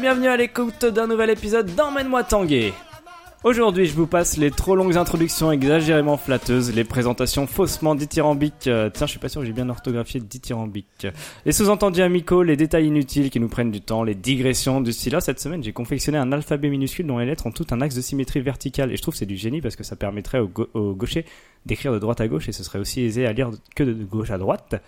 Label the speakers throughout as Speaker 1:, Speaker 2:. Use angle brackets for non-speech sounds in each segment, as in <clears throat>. Speaker 1: bienvenue à l'écoute d'un nouvel épisode d'Emmène-moi Tanguay. Aujourd'hui, je vous passe les trop longues introductions exagérément flatteuses, les présentations faussement dithyrambiques. euh, tiens, je suis pas sûr que j'ai bien orthographié dithyrambique. Les sous-entendus amicaux, les détails inutiles qui nous prennent du temps, les digressions du style. Ah, cette semaine, j'ai confectionné un alphabet minuscule dont les lettres ont tout un axe de symétrie verticale. Et je trouve que c'est du génie parce que ça permettrait aux, gau- aux gauchers d'écrire de droite à gauche et ce serait aussi aisé à lire que de gauche à droite.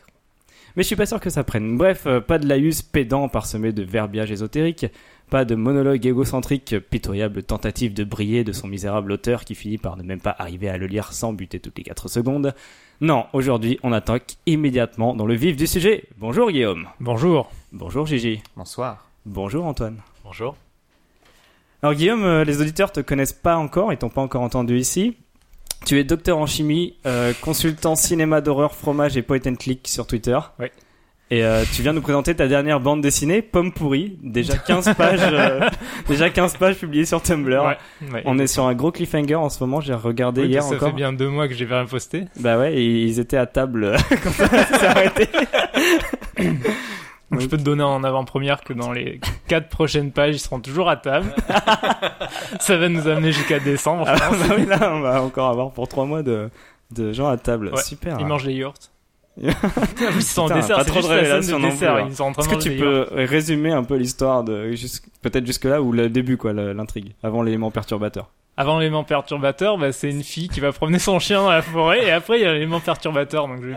Speaker 1: Mais je suis pas sûr que ça prenne. Bref, euh, pas de laïus pédant parsemé de verbiage ésotérique, pas de monologue égocentrique, pitoyable tentative de briller de son misérable auteur qui finit par ne même pas arriver à le lire sans buter toutes les 4 secondes. Non, aujourd'hui, on attaque immédiatement dans le vif du sujet. Bonjour Guillaume.
Speaker 2: Bonjour.
Speaker 1: Bonjour Gigi.
Speaker 3: Bonsoir.
Speaker 1: Bonjour Antoine.
Speaker 2: Bonjour.
Speaker 1: Alors Guillaume, euh, les auditeurs te connaissent pas encore et t'ont pas encore entendu ici. Tu es docteur en chimie, euh, consultant <laughs> cinéma d'horreur, fromage et point and click sur Twitter.
Speaker 2: Oui.
Speaker 1: Et euh, tu viens nous présenter ta dernière bande dessinée, Pomme pourrie, déjà 15 pages,
Speaker 2: <laughs>
Speaker 1: euh, déjà 15 pages publiées sur Tumblr. On est sur un gros cliffhanger en ce moment, j'ai regardé hier
Speaker 2: ça
Speaker 1: encore.
Speaker 2: fait bien deux mois que j'ai rien posté.
Speaker 1: Bah ouais, et ils étaient à
Speaker 2: <laughs>
Speaker 1: table quand ça s'est arrêté.
Speaker 2: Donc je peux te donner en avant-première que
Speaker 1: <laughs>
Speaker 2: dans les quatre prochaines pages, ils seront toujours à table. ça va nous amener jusqu'à décembre.
Speaker 1: Ah bah oui, là, on va encore avoir pour 3 mois de, de gens à table.
Speaker 2: Ouais,
Speaker 1: Super.
Speaker 2: Ils mangent
Speaker 1: <laughs>
Speaker 2: des yurts.
Speaker 1: Ah
Speaker 2: ils sont en
Speaker 1: Putain,
Speaker 2: dessert.
Speaker 1: pas
Speaker 2: c'est
Speaker 1: trop de
Speaker 2: juste la scène
Speaker 1: révélations non plus,
Speaker 2: dessert.
Speaker 1: hein.
Speaker 2: Ils sont en train de
Speaker 1: Est-ce que
Speaker 2: manger
Speaker 1: tu
Speaker 2: des yaourts.
Speaker 1: peux résumer un peu l'histoire de jusqu- peut-être jusque là ou le début quoi, le- l'intrigue avant l'élément perturbateur.
Speaker 2: Avant l'élément perturbateur, bah, c'est une fille qui va promener son chien dans la forêt et après il y a l'élément perturbateur. Donc je...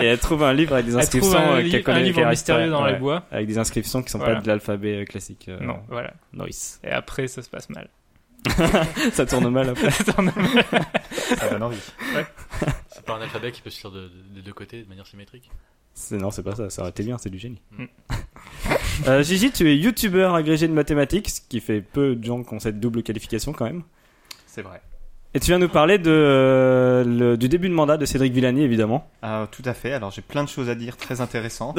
Speaker 1: <laughs> Et elle trouve un livre avec des
Speaker 2: Elle trouve
Speaker 1: inscriptions
Speaker 2: un,
Speaker 1: euh,
Speaker 2: li-
Speaker 1: qu'elle
Speaker 2: un
Speaker 1: connaît-
Speaker 2: livre
Speaker 1: qu'elle arrive
Speaker 2: mystérieux
Speaker 1: pas-
Speaker 2: dans les
Speaker 1: ouais,
Speaker 2: bois.
Speaker 1: avec des inscriptions qui sont
Speaker 2: Voilà.
Speaker 1: pas de l'alphabet euh, classique. euh,
Speaker 2: Non, voilà.
Speaker 1: Noise.
Speaker 2: Et après ça se passe mal.
Speaker 1: <laughs>
Speaker 2: <laughs>
Speaker 1: Ça tourne <laughs> mal hein. après.
Speaker 3: Ça donne envie.
Speaker 4: C'est pas un alphabet qui peut se lire de- de- des deux côtés de
Speaker 1: <laughs>
Speaker 4: manière symétrique.
Speaker 1: C'est- Non, c'est pas ça. Ça aurait été bien. C'est du génie.
Speaker 2: Mm.
Speaker 1: <laughs> Euh, Gigi, tu es youtubeur agrégé de mathématiques, ce qui fait peu de gens qui ont cette double qualification quand même.
Speaker 3: C'est vrai.
Speaker 1: Et tu viens nous parler de, euh, le- du début de mandat de Cédric Villani, évidemment.
Speaker 3: Euh, tout à fait. Alors j'ai plein de choses à dire très intéressantes.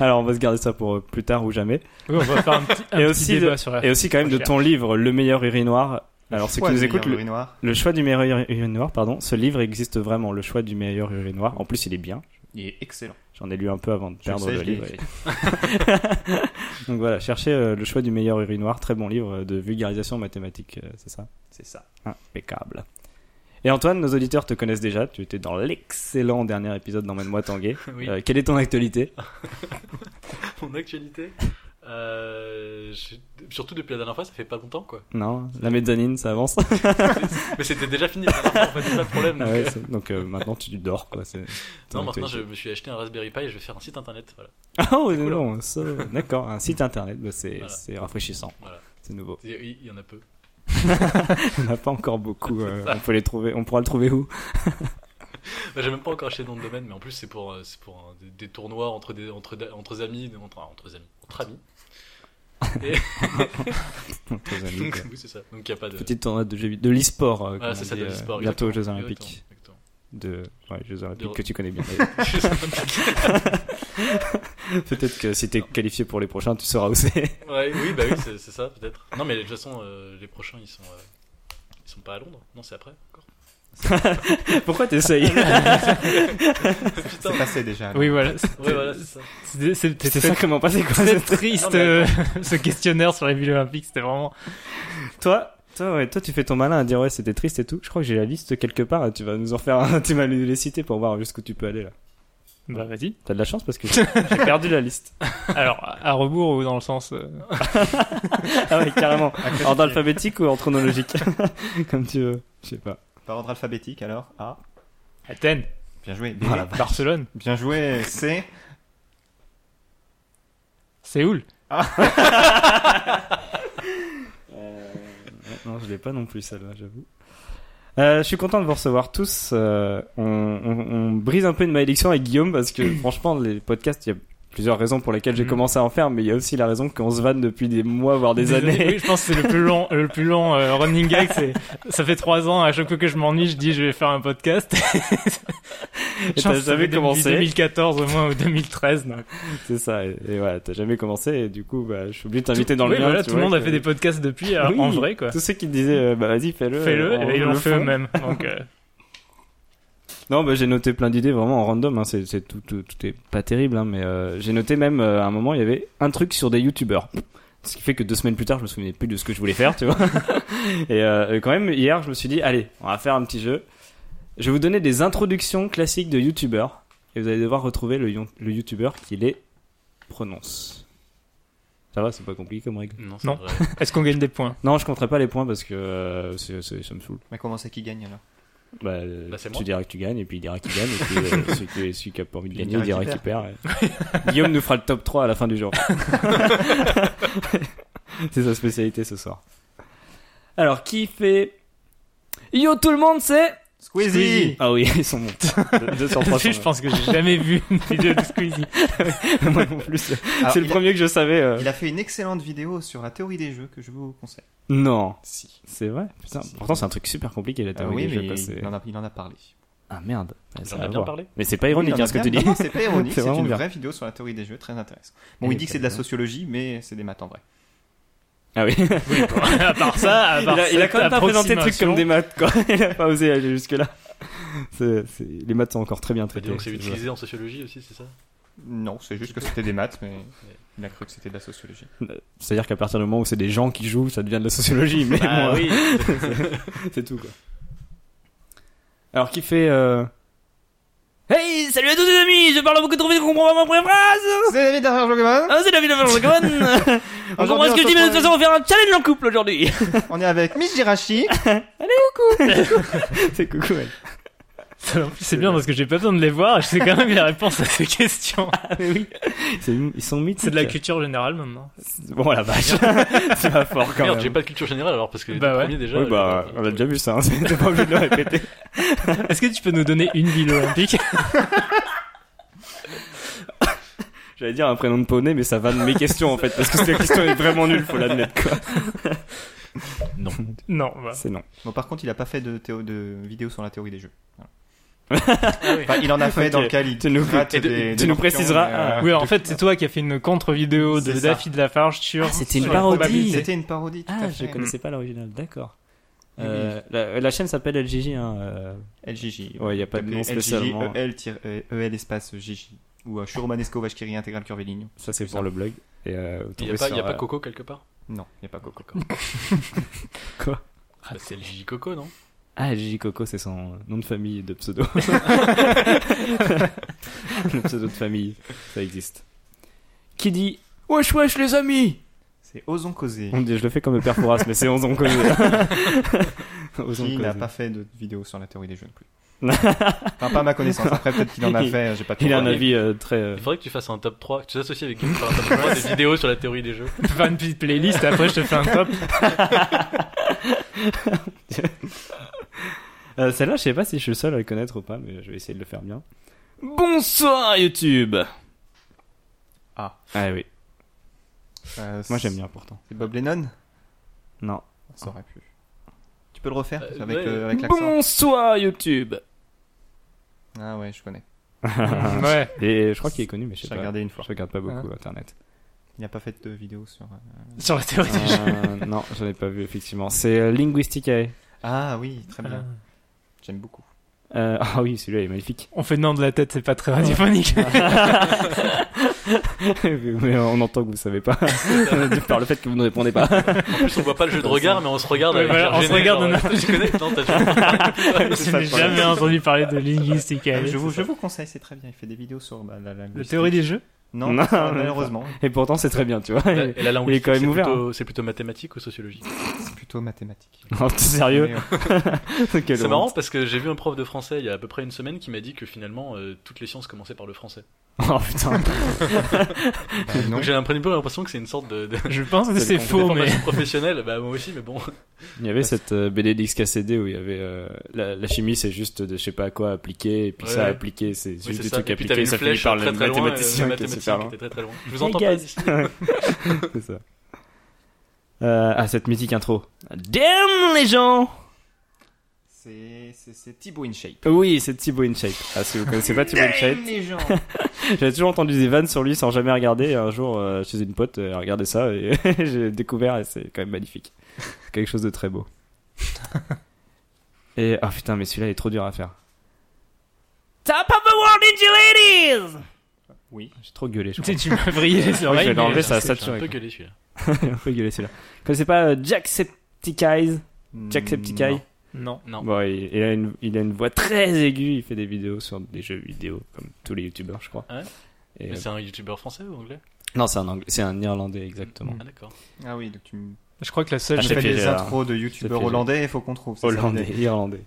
Speaker 1: Alors on va se garder ça pour euh, plus tard ou jamais.
Speaker 2: Oui, on va faire un petit, un
Speaker 1: Et
Speaker 2: petit
Speaker 1: aussi de-
Speaker 2: débat sur la
Speaker 1: Et aussi quand même de ton livre Le meilleur urinoir. <laughs> Alors ceux
Speaker 3: c'est
Speaker 1: qui nous écoutent, le,
Speaker 3: hein, Noir.
Speaker 1: le choix du meilleur uri- urinoir, pardon, ce livre existe vraiment, le choix du meilleur urinoir. En plus il est bien,
Speaker 3: Il est excellent.
Speaker 1: j'en ai lu un peu avant de
Speaker 3: Je le
Speaker 1: perdre
Speaker 3: sais,
Speaker 1: le
Speaker 3: je l'ai
Speaker 1: livre.
Speaker 3: écrit.
Speaker 1: <laughs> Donc voilà, cherchez euh, Le choix du meilleur urinoir, très bon livre euh, de vulgarisation mathématique, euh, c'est ça
Speaker 3: C'est ça.
Speaker 1: Impeccable. Et Antoine, nos auditeurs te connaissent déjà, tu étais dans l'excellent dernier épisode d'Emmène-moi Tanguay.
Speaker 4: Oui.
Speaker 1: Euh, quelle est ton actualité
Speaker 4: Mon actualité, euh, je- surtout depuis la dernière fois, ça fait pas longtemps quoi.
Speaker 1: Non, la mezzanine, ça
Speaker 4: <laughs>
Speaker 1: avance.
Speaker 4: Mais c'était déjà fini. la dernière fois, en fait, c'est pas le problème.
Speaker 1: <laughs> Ah
Speaker 4: donc,
Speaker 1: ouais,
Speaker 4: euh,
Speaker 1: c'est- donc euh, maintenant tu dors quoi. c'est- euh, ton
Speaker 4: non, maintenant
Speaker 1: actualité.
Speaker 4: je me suis acheté un Raspberry Pi et je vais faire un site internet. Voilà.
Speaker 1: Ah oui,
Speaker 4: cool, hein.
Speaker 1: non, ça, d'accord, un site internet, bah, c'est
Speaker 4: Voilà.
Speaker 1: c'est rafraîchissant,
Speaker 4: Voilà.
Speaker 1: c'est nouveau. <laughs>
Speaker 4: Il y, il y en a peu.
Speaker 1: On n'a pas encore beaucoup, euh, on peut les trouver, on pourra le trouver
Speaker 4: <laughs>
Speaker 1: où
Speaker 4: Bah, J'ai même pas encore acheté le nom de domaine, mais en plus c'est pour, euh, c'est pour euh, des, des tournois entre des entre da- entre amis, des- entre, ah, entre amis, entre amis.
Speaker 1: Entre les amis,
Speaker 4: <laughs> Donc,
Speaker 1: quoi.
Speaker 4: oui, c'est ça. Donc il y a pas de.
Speaker 1: Petite tournée de jeux vid- de l'e-sport, euh,
Speaker 4: Voilà,
Speaker 1: comme
Speaker 4: c'est
Speaker 1: on
Speaker 4: ça de
Speaker 1: dit, euh,
Speaker 4: l'e-sport.
Speaker 1: bientôt aux Jeux
Speaker 4: exactement,
Speaker 1: Olympiques,
Speaker 4: exactement, <laughs>
Speaker 1: de ouais, Jeux Olympiques
Speaker 4: De-
Speaker 1: que tu connais
Speaker 4: <laughs>
Speaker 1: bien. <laughs> d'ailleurs.
Speaker 4: exactement.
Speaker 1: Peut-être que si t'es qualifié pour les prochains, tu sauras où c'est. <laughs>
Speaker 4: Ouais, oui, bah oui, c'est c'est ça, peut-être. Non, mais de toute façon, euh, les prochains, ils sont, euh, ils sont pas à Londres. Non, c'est après, encore.
Speaker 1: Pourquoi t'essayes
Speaker 4: Putain.
Speaker 3: C'est passé déjà.
Speaker 2: Oui, voilà.
Speaker 4: Ouais, voilà, <laughs> c'est ça.
Speaker 2: C'était c'était
Speaker 1: C'était
Speaker 2: très
Speaker 1: ça comment passer quoi
Speaker 2: Très
Speaker 1: c'est-
Speaker 4: Non,
Speaker 2: triste
Speaker 4: mais
Speaker 2: euh, <laughs> ce questionnaire sur les villes olympiques, c'était vraiment.
Speaker 1: Toi, toi, ouais, toi, tu fais ton malin à dire ouais, c'était triste et tout. Je crois que j'ai la liste quelque part. Tu vas nous en faire, un, <laughs> tu vas nous les citer pour voir jusqu'où tu peux aller là.
Speaker 2: Bah vas-y.
Speaker 1: T'as de la chance parce que <laughs> j'ai j'ai perdu la liste.
Speaker 2: Alors à à rebours ou dans le sens. euh,
Speaker 1: Ah ouais, carrément.
Speaker 3: Acclassifié.
Speaker 1: Ordre alphabétique ou en <laughs> chronologique Comme tu veux. Je sais pas.
Speaker 3: Par ordre alphabétique alors. A.
Speaker 2: Athènes,
Speaker 3: Bien joué. B.
Speaker 1: Voilà.
Speaker 2: Barcelone,
Speaker 3: Bien joué. C.
Speaker 2: Séoul.
Speaker 1: non, je l'ai pas non plus celle-là, j'avoue. Euh, je suis content de vous recevoir tous. Euh, on, on- on brise un peu une malédiction avec Guillaume parce
Speaker 2: <clears throat>
Speaker 1: que franchement, les podcasts, il y a plusieurs raisons pour lesquelles j'ai
Speaker 2: Mhm.
Speaker 1: commencé à en faire, mais il y a aussi la raison qu'on se vanne depuis des mois, voire des
Speaker 2: Oui,
Speaker 1: années.
Speaker 2: je pense que c'est le plus long, le plus long euh, running gag. C'est ça fait trois ans. À chaque fois que je m'ennuie, je dis je vais faire
Speaker 1: <laughs>
Speaker 2: un podcast.
Speaker 1: Et
Speaker 2: Je pense
Speaker 1: t'as jamais
Speaker 2: que ça fait depuis
Speaker 1: commencé.
Speaker 2: 2014 au moins ou 2013. donc.
Speaker 1: <laughs> C'est ça. Et, et voilà, t'as jamais commencé. Et du coup, bah, je suis obligé de t'inviter dans le
Speaker 2: oui,
Speaker 1: mien.
Speaker 2: voilà,
Speaker 1: tu
Speaker 2: tout le
Speaker 1: vois,
Speaker 2: monde a
Speaker 1: que-
Speaker 2: fait des podcasts depuis alors,
Speaker 1: Oui. Euh,
Speaker 2: en vrai quoi.
Speaker 1: Tous ceux qui te disaient, euh, bah vas-y, fais-le.
Speaker 2: Fais-le,
Speaker 1: euh,
Speaker 2: et ben, ils
Speaker 1: on
Speaker 2: l'ont
Speaker 1: le
Speaker 2: fait
Speaker 1: font.
Speaker 2: eux-mêmes. Donc euh,
Speaker 1: Non, bah, j'ai noté plein d'idées vraiment en random. Hein. C'est, c'est tout, tout, tout est pas terrible, hein, mais euh, j'ai noté même euh, à un moment il y avait un truc sur des youtubeurs. Ce qui fait que deux semaines plus tard, je me souvenais plus de ce que je voulais faire, tu vois. <laughs> Et euh, quand même, hier, je me suis dit, allez, on va faire un petit jeu. Je vais vous donner des introductions classiques de youtubeurs. Et vous allez devoir retrouver le, yon- le youtubeur qui les prononce. Ça va, c'est pas compliqué comme règle.
Speaker 4: Non, c'est
Speaker 2: Non.
Speaker 4: vrai.
Speaker 2: Est-ce qu'on gagne des points
Speaker 1: Non, je compterai pas les points parce que euh, c'est- c'est- ça me saoule.
Speaker 3: Mais comment c'est qui gagne alors
Speaker 1: Bah, euh,
Speaker 4: Bah, c'est
Speaker 1: tu
Speaker 4: moi.
Speaker 1: diras que tu gagnes, et puis il dira qu'il gagne, et puis
Speaker 3: <laughs>
Speaker 1: euh, celui, qui, celui qui a pas envie de
Speaker 3: Il
Speaker 1: gagner, il dira
Speaker 3: dira qu'il
Speaker 1: qu'il perd. ouais.
Speaker 3: <laughs>
Speaker 1: Guillaume nous fera le top 3 à la fin du jour. c'est sa spécialité ce soir. Alors, qui fait... Yo tout le monde, c'est...
Speaker 3: Squeezie
Speaker 1: Ah oui, ils sont bons.
Speaker 3: <laughs>
Speaker 1: De- 203
Speaker 2: <laughs> Dessus, je pense que j'ai jamais vu <laughs> une vidéo de Squeezie.
Speaker 1: Moi non plus. C'est
Speaker 3: Alors,
Speaker 1: le
Speaker 3: il a-
Speaker 1: premier que je savais. euh.
Speaker 3: Il a fait une excellente vidéo sur la théorie des jeux que je vous conseille.
Speaker 1: Non,
Speaker 3: Si.
Speaker 1: c'est vrai. Putain,
Speaker 3: Si. Ah
Speaker 1: pourtant, c'est un truc super compliqué, la théorie
Speaker 3: oui,
Speaker 1: des
Speaker 3: mais
Speaker 1: jeux, quoi, Ah c'est-
Speaker 3: il en, a, il en a parlé.
Speaker 1: Ah merde. Ouais, ça
Speaker 4: J'en
Speaker 1: va
Speaker 4: ai bien
Speaker 1: voir.
Speaker 4: parlé.
Speaker 1: Mais c'est pas ironique,
Speaker 3: Oui, il en
Speaker 1: hein,
Speaker 3: a
Speaker 1: ce que
Speaker 3: bien-
Speaker 1: tu dis.
Speaker 3: Non, non,
Speaker 1: <laughs>
Speaker 3: c'est pas ironique,
Speaker 1: C'est
Speaker 3: c'est
Speaker 1: vraiment
Speaker 3: une
Speaker 1: bien.
Speaker 3: vraie vidéo sur la théorie des jeux, très intéressante. Bon,
Speaker 1: Elle
Speaker 3: il
Speaker 1: est
Speaker 3: dit que
Speaker 1: pas
Speaker 3: c'est de la
Speaker 1: mal.
Speaker 3: sociologie, mais c'est des maths en vrai.
Speaker 1: Ah oui.
Speaker 2: à part ça, à part
Speaker 1: il, a, il a
Speaker 2: Ah, cette
Speaker 1: quand même pas présenté le truc
Speaker 2: approximation,
Speaker 1: comme des maths, quoi. <laughs> Il a pas osé aller jusque-là. C'est- c'est- Les maths sont encore très bien
Speaker 4: Bah, dis
Speaker 2: Ah,
Speaker 1: traités.
Speaker 4: donc, c'est utilisé en sociologie aussi, c'est ça
Speaker 3: Non, c'est juste que c'était des maths, mais il a cru que c'était de la sociologie.
Speaker 1: C'est-à-dire qu'à partir du moment où c'est des gens qui jouent, ça devient de la sociologie. Mais
Speaker 4: Ah
Speaker 2: Bah
Speaker 1: bon,
Speaker 4: oui
Speaker 1: <laughs> c'est tout, quoi. Alors, qui fait... euh, <laughs> Hey, salut à tous les amis, je parle beaucoup trop vite, je comprends pas ma première phrase
Speaker 3: C'est David derrière Pokémon
Speaker 1: Ah, c'est la vie de <laughs> Pokémon On comprend ce que je dis, mais de toute façon, on va faire un challenge en couple aujourd'hui
Speaker 3: On est avec Miss Jirachi.
Speaker 1: C'est coucou, elle.
Speaker 2: ça, <laughs> en plus, c'est bien parce que j'ai pas besoin de les voir et je sais quand même les réponses à
Speaker 1: <laughs>
Speaker 2: ces questions.
Speaker 1: Mais oui, C'est- ils sont mythiques.
Speaker 2: C'est de la culture générale maintenant.
Speaker 1: Bon, la vache, <laughs> c'est pas fort, quand
Speaker 4: Merde, j'ai
Speaker 1: même.
Speaker 4: pas de culture générale alors parce que les
Speaker 2: Bah
Speaker 4: deux
Speaker 2: ouais.
Speaker 4: premiers déjà.
Speaker 1: Oui, bah,
Speaker 4: euh,
Speaker 1: on a déjà vu ça, hein. <laughs> t'es pas obligé de le répéter.
Speaker 2: Est-ce que tu peux nous donner une ville olympique
Speaker 1: J'allais dire un prénom de poney, mais ça va de mes questions en fait, parce que si la question est vraiment nulle, faut l'admettre quoi.
Speaker 4: Non.
Speaker 2: Non, bah.
Speaker 1: C'est <laughs> non.
Speaker 3: Bon, par contre, il a pas fait de, théo- de vidéo sur la théorie des jeux.
Speaker 4: Ah oui.
Speaker 3: Enfin, il en a fait
Speaker 1: Ok.
Speaker 3: dans lequel il
Speaker 1: Tu nous-
Speaker 3: gratte
Speaker 1: tu- tu
Speaker 3: des- des
Speaker 1: nous
Speaker 3: champions,
Speaker 1: préciseras,
Speaker 3: mais, euh,
Speaker 1: ah,
Speaker 2: Oui, en fait, c'est toi qui as fait une contre-vidéo de
Speaker 3: C'est ça.
Speaker 2: Daffy de Lafarge sur. <laughs>
Speaker 1: c'était
Speaker 2: une sur la parodie. probabilité.
Speaker 3: C'était une parodie,
Speaker 1: Ah,
Speaker 3: tout à fait.
Speaker 1: pas l'original, d'accord. Euh,
Speaker 3: Oui,
Speaker 1: la, la chaîne s'appelle LGJ. Hein, euh,
Speaker 3: LJJ.
Speaker 1: Ouais, y a pas de nom
Speaker 3: LJJ,
Speaker 4: E
Speaker 1: spécialement.
Speaker 3: EL, tire- euh, EL espace JJ. Ou euh, je suis Romanesco Vachkiri intégral curvé ligne.
Speaker 1: Ça c'est pour le blog. Et euh, vous
Speaker 4: Il
Speaker 1: trouvez
Speaker 4: y a pas,
Speaker 1: sur,
Speaker 4: il y a pas
Speaker 1: euh,
Speaker 4: Coco quelque part
Speaker 3: Non, il n'y a pas Coco.
Speaker 1: Quoi
Speaker 4: Bah, C'est le Gigi Coco, non
Speaker 1: Ah, LGJ Coco, c'est son nom de famille et de
Speaker 4: <laughs>
Speaker 1: pseudo. <laughs> le pseudo de famille, ça existe. Qui dit Wesh wesh les amis
Speaker 3: C'est Ozon Causé.
Speaker 1: Mon Dieu, je le fais comme le père Fouras, mais c'est 11 ans
Speaker 4: <laughs>
Speaker 1: causé.
Speaker 3: Qui n'a pas fait de vidéo sur la théorie des
Speaker 1: <laughs>
Speaker 3: jeux non plus. Enfin, pas à ma connaissance. Après, peut-être qu'il en a
Speaker 1: Il-
Speaker 3: fait, j'ai pas tout
Speaker 1: Il a un
Speaker 3: regardé.
Speaker 1: avis euh, très. euh,
Speaker 4: Il faudrait que tu fasses un top 3, que tu t'associes avec une pour faire un top 3 des vidéos sur la théorie des jeux.
Speaker 2: On peut faire une petite playlist, après je te fais
Speaker 1: <laughs>
Speaker 2: un top.
Speaker 1: Euh, Celle-là, je sais pas si je suis le seul à le connaître ou pas, mais je vais essayer de le faire bien. Bonsoir YouTube
Speaker 3: Ah.
Speaker 1: Ah oui,
Speaker 3: Euh,
Speaker 1: moi j'aime bien pourtant.
Speaker 3: C'est Bob Lennon
Speaker 1: Non.
Speaker 3: Ça aurait pu. Tu peux le refaire
Speaker 4: Euh,
Speaker 3: avec
Speaker 4: ouais.
Speaker 3: le- avec l'accent
Speaker 1: Bonsoir YouTube
Speaker 3: Ah ouais, je connais.
Speaker 1: Ah.
Speaker 2: ouais.
Speaker 1: Et je crois qu'il est connu, mais je sais
Speaker 3: J'ai
Speaker 1: pas.
Speaker 3: regardé une fois.
Speaker 1: Je regarde pas beaucoup internet.
Speaker 3: Il n'a pas fait de vidéo sur. euh,
Speaker 2: Sur la théorie des jeux.
Speaker 1: Euh, non, j'en ai pas vu effectivement. C'est euh, Linguisticae.
Speaker 3: Ah oui, très bien. J'aime beaucoup.
Speaker 1: Euh, Ah oui, celui-là est magnifique. <laughs>
Speaker 2: On fait non de la tête, c'est pas très radiophonique.
Speaker 1: Ah, mais on entend que vous savez pas. <laughs> Par le fait que vous ne répondez pas.
Speaker 4: En plus, on voit pas le jeu de regard, mais on se regarde.
Speaker 2: Ouais,
Speaker 4: avec
Speaker 2: voilà,
Speaker 4: l'air
Speaker 2: on se
Speaker 4: gêné,
Speaker 2: regarde,
Speaker 4: genre,
Speaker 2: on a-
Speaker 4: euh, Tu connais Non, t'as
Speaker 2: <laughs>
Speaker 4: jamais-
Speaker 2: je
Speaker 4: <laughs>
Speaker 2: n'ai
Speaker 3: problème.
Speaker 2: jamais entendu parler de linguistique.
Speaker 3: Euh, je, vous, je
Speaker 2: La
Speaker 3: vous conseille, c'est très bien. Il fait des vidéos sur bah, la langue.
Speaker 2: théorie des jeux
Speaker 3: Non,
Speaker 1: Non,
Speaker 3: ça,
Speaker 1: mais-
Speaker 3: malheureusement.
Speaker 1: Et pourtant, c'est très bien, tu vois. <laughs>
Speaker 4: Et la langue,
Speaker 1: Il est quand
Speaker 4: c'est
Speaker 1: même ouvert, hein.
Speaker 4: plutôt- C'est plutôt mathématique ou sociologie
Speaker 3: C'est plutôt mathématique.
Speaker 1: Non, t'es sérieux
Speaker 3: Mais, euh,
Speaker 1: Quelle
Speaker 4: C'est
Speaker 1: honte.
Speaker 4: marrant parce que j'ai vu un prof de français il y a à peu près une semaine qui m'a dit que finalement euh, toutes les sciences commençaient par le français.
Speaker 1: <laughs> Oh putain.
Speaker 3: bah, non.
Speaker 4: Donc j'ai un peu l'impression que c'est une sorte de, de
Speaker 2: Je pense que
Speaker 1: C'est
Speaker 2: c'est
Speaker 1: le
Speaker 2: faux, mais.
Speaker 4: formation professionnelle. Bah moi aussi, mais bon.
Speaker 1: Il y avait cette euh, BD d'XKCD où il y avait euh, la, la chimie, c'est juste de je sais pas quoi appliquer, et puis
Speaker 4: Ouais,
Speaker 1: ça
Speaker 4: ouais.
Speaker 1: appliquer, c'est
Speaker 4: Oui,
Speaker 1: juste
Speaker 4: c'est
Speaker 1: des
Speaker 4: ça.
Speaker 1: trucs
Speaker 4: Et puis
Speaker 1: appliqués,
Speaker 4: t'avais une
Speaker 1: ça finit
Speaker 4: flèche
Speaker 1: par le
Speaker 4: très très loin, euh,
Speaker 1: mathématicien qui est super
Speaker 4: mathématicien qui
Speaker 1: loin.
Speaker 4: était très très loin. Je vous
Speaker 1: Hey
Speaker 4: entends pas.
Speaker 1: guys.
Speaker 4: d'ici.
Speaker 1: <laughs> c'est ça. Euh, ah, cette mythique intro. Damn les gens
Speaker 3: C'est c'est- c'est Thibaut InShape.
Speaker 1: Oui, c'est Thibaut InShape. Ah, si vous connaissez pas Thibaut InShape,
Speaker 3: les gens
Speaker 1: j'avais toujours entendu des vannes sur lui sans jamais regarder. Et un jour, euh, chez une pote, elle regardait ça et <laughs> j'ai découvert et c'est quand même magnifique. C'est quelque chose de très beau. Et ah putain, mais celui-là il est trop dur à faire. Top of the world into ladies Oui, j'ai trop
Speaker 2: <laughs>
Speaker 1: gueulé, je crois.
Speaker 2: <laughs> Tu, tu m'as brillé
Speaker 4: Ah
Speaker 2: les
Speaker 1: je
Speaker 2: oreilles.
Speaker 1: vais l'enlever,
Speaker 2: mais-
Speaker 1: ça va
Speaker 4: Je suis un
Speaker 1: saturer.
Speaker 4: peu
Speaker 1: quoi.
Speaker 4: gueulé celui-là.
Speaker 1: Un peu gueulé celui-là. Connaissez pas euh, Jacksepticeye
Speaker 3: Non.
Speaker 1: Jacksepticeye
Speaker 2: Non.
Speaker 4: Non.
Speaker 1: Bon, il, il a une, il a une voix très aiguë, il fait des vidéos sur des jeux vidéo, comme tous les youtubeurs, je crois.
Speaker 4: Ah ouais
Speaker 1: Et,
Speaker 4: Mais c'est un youtubeur français ou anglais
Speaker 1: euh, non, c'est un, Anglais- c'est un Irlandais, exactement.
Speaker 4: Ah d'accord.
Speaker 3: Ah oui, donc tu me
Speaker 2: Je crois que la seule,
Speaker 1: Ah,
Speaker 3: je
Speaker 1: c'est
Speaker 3: fais
Speaker 1: piégé,
Speaker 3: des
Speaker 1: là.
Speaker 3: intros de
Speaker 1: C'est
Speaker 3: youtubeurs
Speaker 1: piégé.
Speaker 3: hollandais et faut qu'on trouve. c'est ça,
Speaker 1: Hollandais,
Speaker 3: l'idée.
Speaker 1: Irlandais.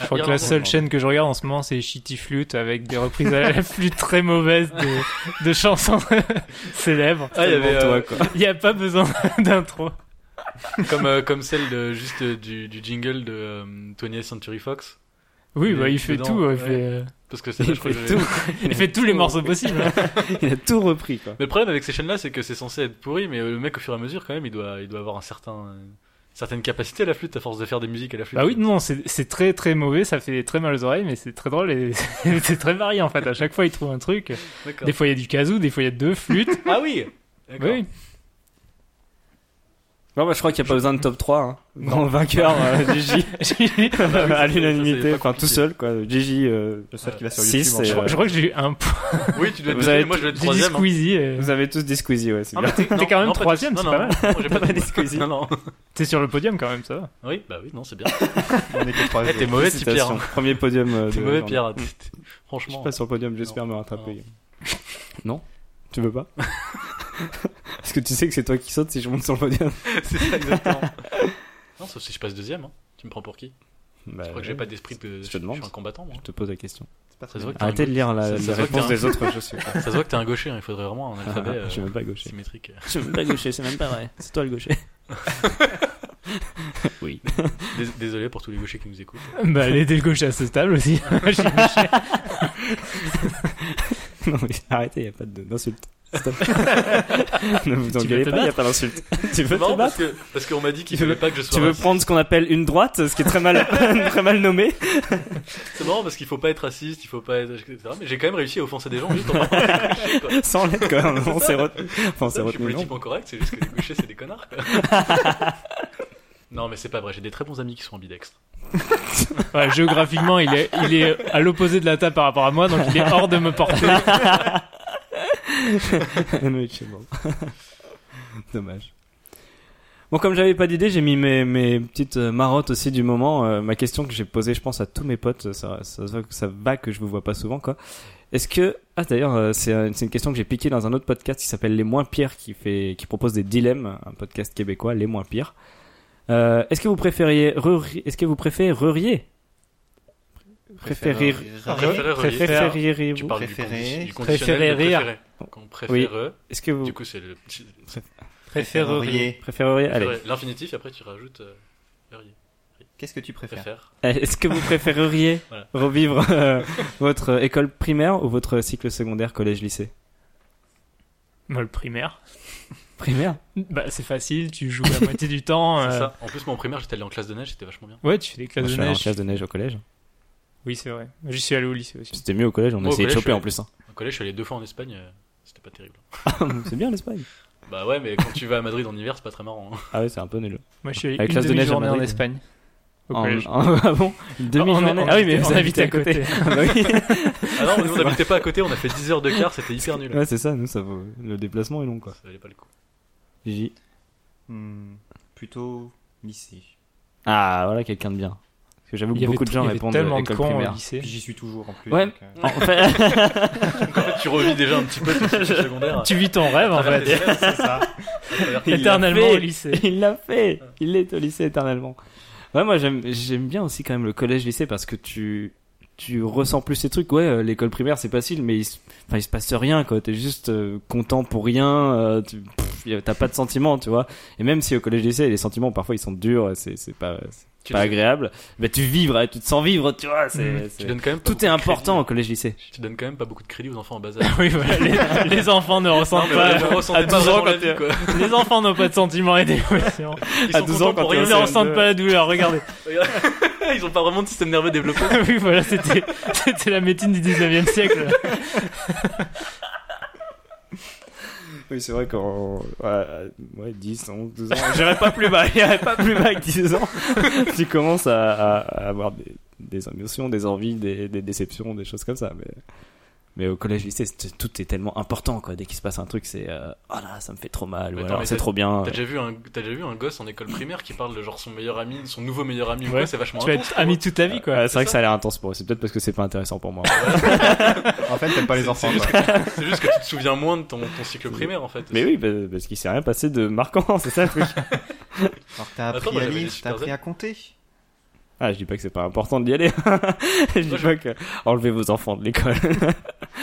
Speaker 2: je crois que la seule chaîne que je regarde en ce moment, c'est Shitty Flute avec des reprises à la flûte très mauvaises de, de chansons <laughs> célèbres.
Speaker 4: Ah, il y avait,
Speaker 1: Devant
Speaker 4: euh,
Speaker 1: toi,
Speaker 2: <laughs>
Speaker 1: quoi.
Speaker 2: Il n'y a pas besoin d'intro.
Speaker 4: comme, euh, comme celle de, juste euh, du, du jingle de euh, 20th Century Fox.
Speaker 2: Oui,
Speaker 4: Il
Speaker 2: bah,
Speaker 4: est
Speaker 2: il fait
Speaker 4: dedans,
Speaker 2: tout. Il
Speaker 4: ouais.
Speaker 2: fait, euh,
Speaker 4: Parce
Speaker 1: <laughs>
Speaker 4: que c'est
Speaker 1: Il
Speaker 4: je crois que
Speaker 1: fait
Speaker 4: j'avais-
Speaker 1: tout,
Speaker 2: il fait tous les morceaux possibles. hein.
Speaker 1: il a tout repris, quoi.
Speaker 4: Mais le problème avec ces chaînes-là, c'est que c'est censé être pourri, mais euh, le mec, au fur et à mesure, quand même, il doit, il doit avoir un certain, euh, certaine capacité à la flûte, à force de faire des musiques à la flûte.
Speaker 2: Bah oui, non, c'est c'est très très mauvais, ça fait très mal aux oreilles, mais c'est très drôle et <laughs> c'est très varié en fait. À chaque fois, il trouve un truc.
Speaker 4: D'accord.
Speaker 2: Des fois, il y a du kazoo, des fois, il y a deux flûtes.
Speaker 4: Ah oui
Speaker 2: Bah
Speaker 4: D'accord.
Speaker 2: oui.
Speaker 1: Bon, bah, je crois qu'il n'y a pas besoin de top 3. Hein. Grand vainqueur euh, du J.
Speaker 2: <laughs> Ah
Speaker 4: bah oui, ça,
Speaker 1: à
Speaker 4: ça, c'est
Speaker 1: l'unanimité, enfin
Speaker 4: pas
Speaker 1: tout
Speaker 4: compliqué.
Speaker 1: seul quoi. Gigi, euh,
Speaker 3: Le seul qui va sur
Speaker 1: Si,
Speaker 3: YouTube. en
Speaker 1: c'est-
Speaker 2: Je,
Speaker 3: ce
Speaker 2: crois-
Speaker 3: moment.
Speaker 2: je crois que j'ai eu un point.
Speaker 4: Oui, tu dois être
Speaker 1: Vous
Speaker 4: deuxième,
Speaker 1: avez
Speaker 4: moi je dois être
Speaker 2: J'ai dit
Speaker 4: troisième. hein.
Speaker 2: Squeezie. euh,
Speaker 1: vous avez tous des Squeezie, ouais, c'est
Speaker 4: Ah,
Speaker 1: bien.
Speaker 4: mais t'es
Speaker 2: t'es quand même
Speaker 4: non, pas
Speaker 2: troisième,
Speaker 4: tous.
Speaker 2: c'est
Speaker 4: non,
Speaker 2: pas
Speaker 4: non,
Speaker 2: mal.
Speaker 4: Non, j'ai pas
Speaker 1: Pas
Speaker 4: de
Speaker 1: des
Speaker 4: moi.
Speaker 1: Squeezie.
Speaker 4: Non, non.
Speaker 2: T'es sur le podium quand même, ça va.
Speaker 4: Oui, bah oui, non, c'est bien.
Speaker 3: On est que trois.
Speaker 4: Eh, T'es mauvais, petit Pierre.
Speaker 1: Félicitations.
Speaker 4: hein.
Speaker 1: Premier podium. euh,
Speaker 4: T'es
Speaker 1: de
Speaker 4: mauvais,
Speaker 1: la
Speaker 4: Pierre. T'es- t'es-
Speaker 1: journée. Je suis
Speaker 4: <laughs> Franchement.
Speaker 1: pas sur le podium, j'espère me rattraper. <laughs> Non Tu veux pas Parce que tu sais que c'est toi qui sautes si je monte sur le podium.
Speaker 4: <laughs> C'est ça, exactement. Non, sauf si je passe deuxième. hein. Tu me prends pour qui
Speaker 1: Bah,
Speaker 4: Je crois que j'ai pas d'esprit de.
Speaker 1: je te demande.
Speaker 4: Je suis un combattant, moi.
Speaker 1: Je te pose la question.
Speaker 3: C'est pas
Speaker 4: Ça
Speaker 3: très
Speaker 4: se voit que t'es un
Speaker 1: Arrêtez de lire la,
Speaker 4: Ça- ça
Speaker 1: la
Speaker 4: se voit que
Speaker 1: réponse
Speaker 4: t'es un-
Speaker 1: des autres, je sais. Ah,
Speaker 4: gau- <laughs> Ça se voit que t'es un gaucher. hein. Il faudrait vraiment un alphabet
Speaker 1: je suis
Speaker 4: euh,
Speaker 1: même pas gaucher.
Speaker 4: symétrique.
Speaker 1: Je suis même pas gaucher, c'est même pas vrai. C'est toi le gaucher. oui.
Speaker 4: Dés- Désolé pour tous les gauchers qui nous écoutent.
Speaker 2: Bah, elle était le gauche à ce stable aussi.
Speaker 1: <laughs> Non mais arrêtez, y a pas de- d'insulte. <laughs> Stop. ne vous engueulez
Speaker 2: te
Speaker 1: pas, y a pas d'insulte. <laughs> tu veux
Speaker 4: C'est
Speaker 1: te
Speaker 4: marrant
Speaker 1: battre
Speaker 4: parce que parce qu'on m'a dit qu'il
Speaker 1: Tu veux-
Speaker 4: fallait pas que je sois.
Speaker 1: Tu veux
Speaker 4: raciste.
Speaker 1: prendre ce qu'on appelle une droite, ce qui est très mal, <laughs> très mal nommé.
Speaker 4: C'est marrant parce qu'il faut pas être raciste, il faut pas être. etc. Mais j'ai quand même réussi à offenser des gens juste en parlant des gauchers, quoi.
Speaker 1: Sans l'être <laughs> quand même. On s'est retenu. Enfin, on s'est
Speaker 4: Je suis
Speaker 1: retenu. non.
Speaker 4: politiquement correct, c'est juste que les gauchers c'est des connards. quoi. non mais c'est pas vrai, j'ai des très bons amis qui sont ambidextres.
Speaker 2: <laughs> Ouais, géographiquement, il est, il est à l'opposé de la table par rapport à moi, donc il est hors de me porter.
Speaker 4: <laughs>
Speaker 1: <laughs> Oui, c'est bon. Dommage. Bon, comme j'avais pas d'idée, j'ai mis mes, mes petites euh, marottes aussi du moment. Euh, ma question que j'ai posée, je pense, à tous mes potes, euh, ça, ça, se voit que ça va que je vous vois pas souvent, quoi. Est-ce que ah d'ailleurs euh, c'est euh, c'est une question que j'ai piquée dans un autre podcast qui s'appelle Les Moins Pires qui fait qui propose des dilemmes un podcast québécois Les Moins Pires. Euh, est-ce que vous préfériez re- est-ce que vous préféreriez préférer
Speaker 4: Préféré, relié.
Speaker 2: Préfère-
Speaker 1: préféreriez
Speaker 4: Tu
Speaker 1: vous
Speaker 4: parles du,
Speaker 3: Ah Préféré.
Speaker 4: condi- du conditionnel de
Speaker 2: Préféré rire.
Speaker 4: préféré. Quand on préfère eux,
Speaker 1: est-ce que vous
Speaker 4: du coup c'est le c'est
Speaker 2: Préféreriez.
Speaker 3: Préféreriez.
Speaker 1: préféreriez allez
Speaker 4: l'infinitif après tu rajoutes euh, rire.
Speaker 3: Qu'est-ce que tu préfères
Speaker 4: préfère.
Speaker 1: Euh, Est-ce que vous
Speaker 2: <laughs>
Speaker 1: préféreriez
Speaker 4: Voilà.
Speaker 1: revivre euh, votre euh, école primaire ou votre cycle secondaire, collège, lycée
Speaker 2: Moi, le primaire.
Speaker 1: Primaire
Speaker 2: Bah, c'est facile, tu joues la moitié du temps.
Speaker 4: <laughs> C'est
Speaker 2: euh,
Speaker 4: ça. En plus moi en primaire j'étais allé en classe de neige, c'était vachement bien.
Speaker 2: Ouais, tu fais des
Speaker 1: Moi,
Speaker 2: classes
Speaker 1: Je
Speaker 2: de
Speaker 1: suis allé en
Speaker 2: neige.
Speaker 1: classe de neige au collège.
Speaker 2: Oui, c'est vrai. J'y suis allé au lycée aussi.
Speaker 1: C'était mieux au collège, on
Speaker 4: Moi, au
Speaker 1: essayait de
Speaker 4: collège,
Speaker 1: choper
Speaker 4: je-
Speaker 1: en
Speaker 2: <laughs>
Speaker 1: plus. hein.
Speaker 4: Au collège je suis allé deux fois en Espagne, euh, c'était pas terrible.
Speaker 1: c'est bien l'Espagne.
Speaker 4: Bah ouais mais quand tu vas à Madrid en hiver c'est pas très marrant. hein.
Speaker 1: Ah ouais, c'est un peu nul.
Speaker 2: Moi, je suis allé
Speaker 1: Avec
Speaker 2: une
Speaker 1: classe de neige à
Speaker 2: demi-journée en
Speaker 1: Madrid.
Speaker 2: Espagne. Au
Speaker 1: En-
Speaker 2: collège.
Speaker 1: en- ah bon Une demi-journée
Speaker 2: on- on
Speaker 1: Ah oui, mais
Speaker 2: habitait-
Speaker 1: vous
Speaker 2: on
Speaker 1: habitez
Speaker 2: habitait
Speaker 1: à
Speaker 2: à
Speaker 1: côté.
Speaker 2: côté.
Speaker 1: <laughs> Ah bah oui.
Speaker 2: <laughs>
Speaker 4: Ah non nous on habitait pas à côté, on a fait 10 heures de car, c'était hyper nul.
Speaker 1: ouais, c'est ça, nous, ça vaut... le déplacement est long quoi.
Speaker 4: Ça valait pas le coup.
Speaker 1: J.
Speaker 3: Hmm, Plutôt lycée.
Speaker 1: Ah voilà, quelqu'un de bien. Parce que j'avoue
Speaker 2: Il
Speaker 1: que
Speaker 2: y avait
Speaker 1: beaucoup de
Speaker 2: t-
Speaker 1: gens
Speaker 2: il y avait
Speaker 1: répondent
Speaker 2: tellement de
Speaker 1: école
Speaker 2: cons euh, au
Speaker 1: primaire.
Speaker 2: lycée.
Speaker 3: Puis j'y suis toujours en plus.
Speaker 1: Ouais.
Speaker 3: donc, euh,
Speaker 1: En fait,
Speaker 4: En fait, tu revis déjà un petit peu ton cycle secondaire.
Speaker 2: Tu vis ton rêve en
Speaker 4: Travers tes
Speaker 2: fait.
Speaker 4: élèves,
Speaker 3: c'est ça.
Speaker 4: travers-
Speaker 2: Éternellement
Speaker 1: fait.
Speaker 2: au lycée. <laughs>
Speaker 1: <laughs> Il l'a fait. Il est au lycée éternellement. Ouais, moi j'aime j'aime bien aussi quand même le collège lycée parce que tu tu ressens plus ces trucs. Ouais, euh, l'école primaire c'est facile, mais il se, enfin, il se passe rien quoi. T'es juste euh, content pour rien. euh, tu- pff, y a- T'as pas de sentiments, tu vois. Et même si au collège lycée les sentiments parfois ils sont durs, c'est c'est pas c'est
Speaker 4: Tu
Speaker 1: pas
Speaker 4: donnes-
Speaker 1: agréable. Mais tu vivres, tu te sens vivre, tu vois.
Speaker 2: Mhm.
Speaker 1: C'est
Speaker 4: Tu
Speaker 1: c'est-
Speaker 4: donnes quand même pas
Speaker 1: tout est
Speaker 4: beaucoup de
Speaker 1: important au
Speaker 4: crédit.
Speaker 1: collège lycée.
Speaker 4: Tu donnes quand même pas beaucoup de crédit aux enfants en bas âge.
Speaker 2: Oui, voilà. Les, les enfants ne ressentent
Speaker 4: mais
Speaker 2: pas.
Speaker 4: je ressentais
Speaker 2: à
Speaker 4: pas
Speaker 2: 12 ans,
Speaker 4: vraiment la
Speaker 2: quand
Speaker 4: vie,
Speaker 2: t'es-
Speaker 4: quoi.
Speaker 2: les enfants n'ont pas de sentiments et d'émotions.
Speaker 4: Ils
Speaker 1: À
Speaker 4: sont
Speaker 1: 12 ans,
Speaker 4: contents
Speaker 1: quand
Speaker 4: pour
Speaker 1: t'es
Speaker 2: Ils
Speaker 1: au
Speaker 4: rien.
Speaker 2: ne ressentent pas la douleur. Regardez. Ah
Speaker 4: Ils ont pas vraiment de système nerveux développé.
Speaker 2: oui, voilà, c'était, c'était la médecine du 19e siècle.
Speaker 1: Oui, c'est vrai qu'en ouais, ouais, 10, 11, 12 ans,
Speaker 2: <laughs>
Speaker 1: <laughs> j'irai pas plus bas, j'irai pas plus bas que 10 ans. tu commences à, à- à avoir des, des ambitions, des envies, des, des déceptions, des choses comme ça. Mais, mais au collège, lycée, c'est- tout est tellement important, quoi. Dès qu'il se passe un truc, c'est euh, oh là, ça me fait trop mal,
Speaker 4: Mais
Speaker 1: ou
Speaker 4: attends,
Speaker 1: alors
Speaker 4: mais
Speaker 1: c'est trop bien.
Speaker 4: T'as déjà, vu un- t'as déjà vu un gosse en école primaire qui parle de genre son meilleur ami, son nouveau meilleur ami ou
Speaker 2: Ouais.
Speaker 4: quoi, c'est vachement
Speaker 2: Tu vas
Speaker 4: intense,
Speaker 2: être ami toute ta vie, quoi.
Speaker 1: Ouais, c'est vrai que ça a l'air intense pour eux. C'est peut-être parce que c'est pas intéressant
Speaker 4: <laughs>
Speaker 1: pour moi.
Speaker 3: En fait, t'aimes pas les enfants.
Speaker 4: juste
Speaker 3: quoi.
Speaker 4: quoi. C'est juste que tu te souviens moins de ton, ton cycle primaire en fait.
Speaker 1: mais oui, bah, parce qu'il s'est rien passé de marquant, <laughs> c'est ça le truc.
Speaker 3: Alors t'as
Speaker 4: Attends,
Speaker 3: appris
Speaker 4: moi,
Speaker 3: à
Speaker 4: j'avais des
Speaker 3: lire,
Speaker 4: super
Speaker 3: t'as appris
Speaker 4: Z.
Speaker 3: à compter.
Speaker 1: Ah, je dis pas que c'est pas important d'y aller. <laughs> je dis
Speaker 4: Moi, je-
Speaker 1: pas que enlevez vos enfants de l'école. <laughs>
Speaker 4: Moi,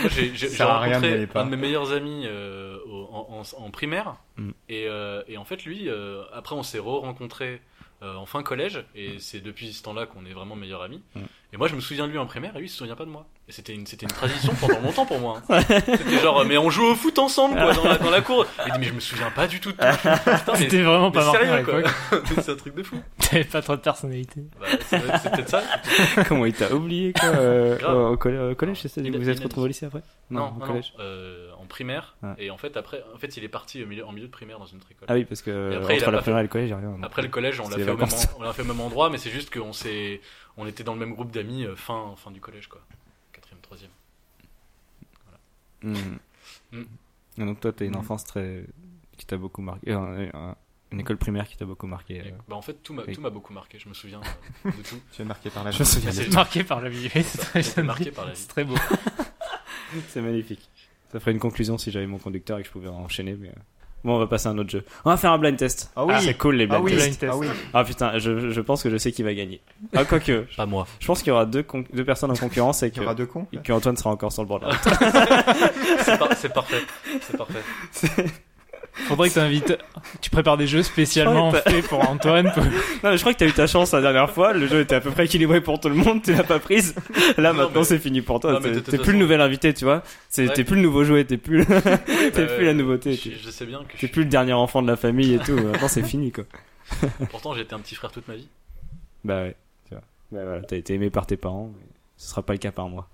Speaker 4: J'ai
Speaker 3: Ça
Speaker 4: j'ai- j'ai
Speaker 3: sert à rien
Speaker 4: rencontré
Speaker 3: d'y aller pas.
Speaker 4: un de mes meilleurs amis euh, au- en, en- en primaire.
Speaker 1: Mm.
Speaker 4: Et, euh, et en fait, lui, euh, après, on s'est re-rencontré euh, en fin collège. Et c'est depuis ce temps-là qu'on est vraiment meilleurs amis.
Speaker 1: Mm.
Speaker 4: Et moi, je me souviens de lui en primaire et lui, il se souvient pas de moi. Et c'était une, c'était une tradition pendant longtemps pour moi. hein. C'était genre, mais on joue au foot ensemble quoi, dans, la, dans la cour. Il dit, mais je me souviens pas du tout de toi. Putain, mais-
Speaker 2: C'était vraiment
Speaker 4: Ah, mais
Speaker 2: pas marquant à
Speaker 4: sérieux quoi.
Speaker 2: l'époque.
Speaker 4: <laughs> c'est un truc de fou.
Speaker 2: <laughs> T'avais pas trop de personnalité.
Speaker 4: Bah, c'est c'est peut-être ça.
Speaker 1: Comment il t'a oublié quoi euh,
Speaker 4: Grave.
Speaker 1: au, au collè- au collège c'est ça
Speaker 4: Il
Speaker 1: Vous
Speaker 4: a-
Speaker 1: vous
Speaker 4: il
Speaker 1: êtes
Speaker 4: a
Speaker 1: retrouvés au lycée après
Speaker 4: Non,
Speaker 1: au
Speaker 4: non, non,
Speaker 1: collège.
Speaker 4: euh, en primaire.
Speaker 1: Ouais.
Speaker 4: Et en fait, après, en fait, il est parti au milieu, en milieu de primaire dans une autre école.
Speaker 1: Ah oui, parce que
Speaker 4: Et après, il
Speaker 1: entre
Speaker 4: a
Speaker 1: la
Speaker 4: pas
Speaker 1: primaire et le collège, il y a rien.
Speaker 4: Après le collège, on l'a
Speaker 1: C'est les
Speaker 4: fait, au même
Speaker 1: vacances.
Speaker 4: en- on l'a fait au même endroit, mais c'est juste qu'on s'est, on était dans le même groupe d'amis euh, fin, fin du collège, quoi. Quatrième, troisième.
Speaker 1: Mm. Et Donc toi, t'as une enfance très qui t'a beaucoup marqué, euh, un- un- une école primaire qui t'a beaucoup marqué.
Speaker 4: Et,
Speaker 1: euh.
Speaker 4: bah, en fait, tout m'a,
Speaker 1: oui.
Speaker 4: tout m'a beaucoup marqué, je me souviens
Speaker 1: <laughs>
Speaker 4: euh, de tout.
Speaker 3: Tu es marqué par la
Speaker 1: Je me souviens.
Speaker 4: C'est-
Speaker 2: Marqué par la vie.
Speaker 4: ça, j'étais marqué par la vie.
Speaker 2: C'est très beau.
Speaker 1: C'est magnifique. Ça ferait une conclusion si j'avais mon conducteur et que je pouvais enchaîner. Mais euh. bon, on va passer à un autre jeu. On va faire un blind test.
Speaker 3: Ah oui.
Speaker 1: c'est cool les blind
Speaker 3: Ah oui,
Speaker 1: tests.
Speaker 2: Blind test.
Speaker 3: ah oui.
Speaker 1: Ah putain, je, je pense que je sais qui va gagner. Ah quoique,
Speaker 4: Pas moi.
Speaker 1: je pense qu'il y aura deux, con- deux personnes en concurrence et
Speaker 3: Il
Speaker 1: que,
Speaker 3: y aura deux cons.
Speaker 1: et que Antoine sera encore sur le bord de la route.
Speaker 4: C'est, par- c'est parfait.
Speaker 1: <laughs>
Speaker 4: C'est parfait.
Speaker 2: Faudrait que t'invites. Tu prépares des jeux spécialement
Speaker 1: Ouais,
Speaker 2: faits pour Antoine. pour-
Speaker 1: Non, mais je crois que t'as eu ta chance la dernière fois. Le jeu était à peu près équilibré pour tout le monde. Tu l'as pas prise. Là,
Speaker 4: Non,
Speaker 1: maintenant,
Speaker 4: mais-
Speaker 1: c'est fini pour toi.
Speaker 4: Non, mais de
Speaker 1: T'es
Speaker 4: toute
Speaker 1: t'es plus
Speaker 4: façon-
Speaker 1: le nouvel invité, tu vois. C'est-
Speaker 4: Ouais.
Speaker 1: T'es plus le nouveau jouet. T'es plus, <laughs> le-
Speaker 4: Bah,
Speaker 1: t'es plus la nouveauté.
Speaker 4: Je,
Speaker 1: T'es
Speaker 4: je sais bien que je
Speaker 1: t'es
Speaker 4: suis-
Speaker 1: plus le dernier enfant de la famille
Speaker 4: <laughs>
Speaker 1: et tout. Maintenant, c'est fini, quoi.
Speaker 4: pourtant j'étais un petit frère toute ma vie.
Speaker 1: Bah ouais. Tu vois. Bah voilà, t'as été aimé par tes parents. mais Ce sera pas le cas par
Speaker 4: <laughs>
Speaker 1: moi.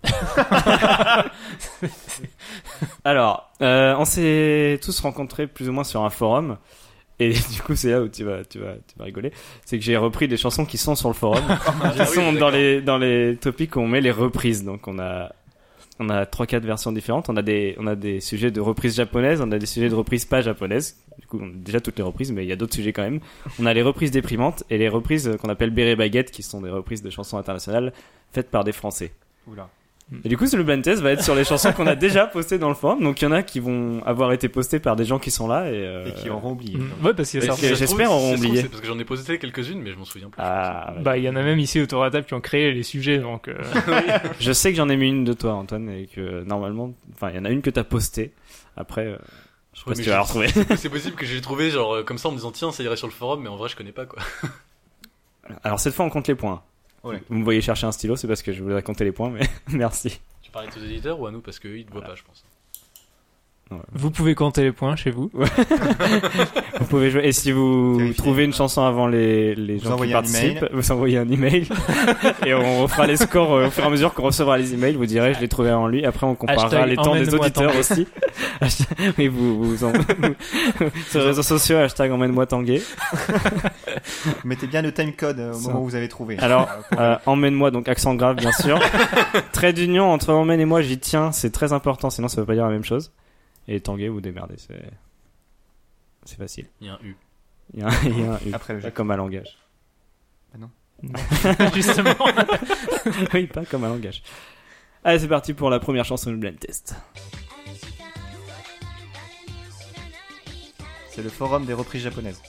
Speaker 1: Alors, euh, on s'est tous rencontrés plus ou moins sur un forum. Et <laughs> du coup, c'est là où tu vas, tu vas, tu vas rigoler. C'est que j'ai repris des chansons qui sont sur le forum.
Speaker 4: Ah,
Speaker 1: Ils
Speaker 4: oui,
Speaker 1: sont dans
Speaker 4: d'accord.
Speaker 1: les dans les topics où on met les reprises. Donc on a on a trois quatre versions différentes. On a des on a des sujets de reprises japonaises, on a des sujets de reprises pas japonaises. Du coup, on a déjà toutes les reprises, mais il y a d'autres sujets quand même. On a les reprises déprimantes et les reprises euh, qu'on appelle béret baguette, qui sont des reprises de chansons internationales faites par des Français.
Speaker 3: Oula.
Speaker 1: Et du coup, ce le blind test va être sur les chansons qu'on a déjà postées dans le forum. Donc il y en a qui vont avoir été postées par des gens qui sont là et, euh,
Speaker 3: Et qui auront oublié.
Speaker 2: Mm. Ouais, parce qu'il y a
Speaker 1: Et
Speaker 2: certains.
Speaker 1: que j'espère
Speaker 4: on
Speaker 1: auront oublié.
Speaker 4: C'est parce que j'en ai posé quelques-unes, mais je m'en souviens plus.
Speaker 1: Ah, ouais.
Speaker 2: Bah, il y en a même ici autour de la table qui ont créé les sujets, donc. euh,
Speaker 1: Je sais que j'en ai mis une de toi, Antoine, et que euh, normalement, enfin, il y en a une que t'as postée. Après, euh, je sais pas si
Speaker 4: Oui, mais
Speaker 1: tu vas
Speaker 4: je-
Speaker 1: la retrouver. <laughs>
Speaker 4: C'est possible que j'ai trouvé genre euh, comme ça en me disant tiens ça irait sur le forum, mais en vrai je connais pas quoi.
Speaker 1: Alors cette fois on compte les points.
Speaker 3: Ouais.
Speaker 1: Vous me voyez chercher un stylo, c'est parce que je voulais compter les points, mais <laughs> merci.
Speaker 4: Tu parlais aux éditeurs ou à nous parce qu'eux ils te voient
Speaker 1: Voilà.
Speaker 4: pas, je pense.
Speaker 2: Vous pouvez compter les points chez vous.
Speaker 1: Vous pouvez jouer. Et si vous
Speaker 3: Vérifiez.
Speaker 1: trouvez une chanson avant les, les
Speaker 3: Vous
Speaker 1: gens qui
Speaker 3: envoyez un email.
Speaker 1: participent, vous envoyez un email et on refera les scores euh, au fur et à mesure qu'on recevra les emails. Vous direz, je l'ai trouvé avant lui. Après, on comparera
Speaker 2: Hashtag
Speaker 1: les temps des
Speaker 2: emmène-moi
Speaker 1: auditeurs
Speaker 2: tanguer.
Speaker 1: aussi. Hashtag- Oui, vous, vous, en- <laughs> sur les réseaux sociaux, hashtag emmène-moi tanguay.
Speaker 3: <laughs> Mettez bien le timecode euh, au
Speaker 1: Ça.
Speaker 3: moment où vous avez trouvé. <laughs>
Speaker 1: Alors,
Speaker 3: Euh, pour-
Speaker 1: Euh, emmène-moi, donc accent grave, bien sûr. Trait d'union entre emmène et moi, j'y tiens, c'est très important, sinon ça veut pas dire la même chose. Et tanguer, vous démerdez, c'est. C'est facile.
Speaker 4: Il y a un U.
Speaker 1: Il y a un, il y a un U.
Speaker 3: Après le
Speaker 1: Pas
Speaker 3: jeu.
Speaker 1: comme un langage. <laughs>
Speaker 2: Justement.
Speaker 1: oui, pas comme un langage. Allez, c'est parti pour la première chanson du blind test.
Speaker 3: C'est le forum des reprises japonaises.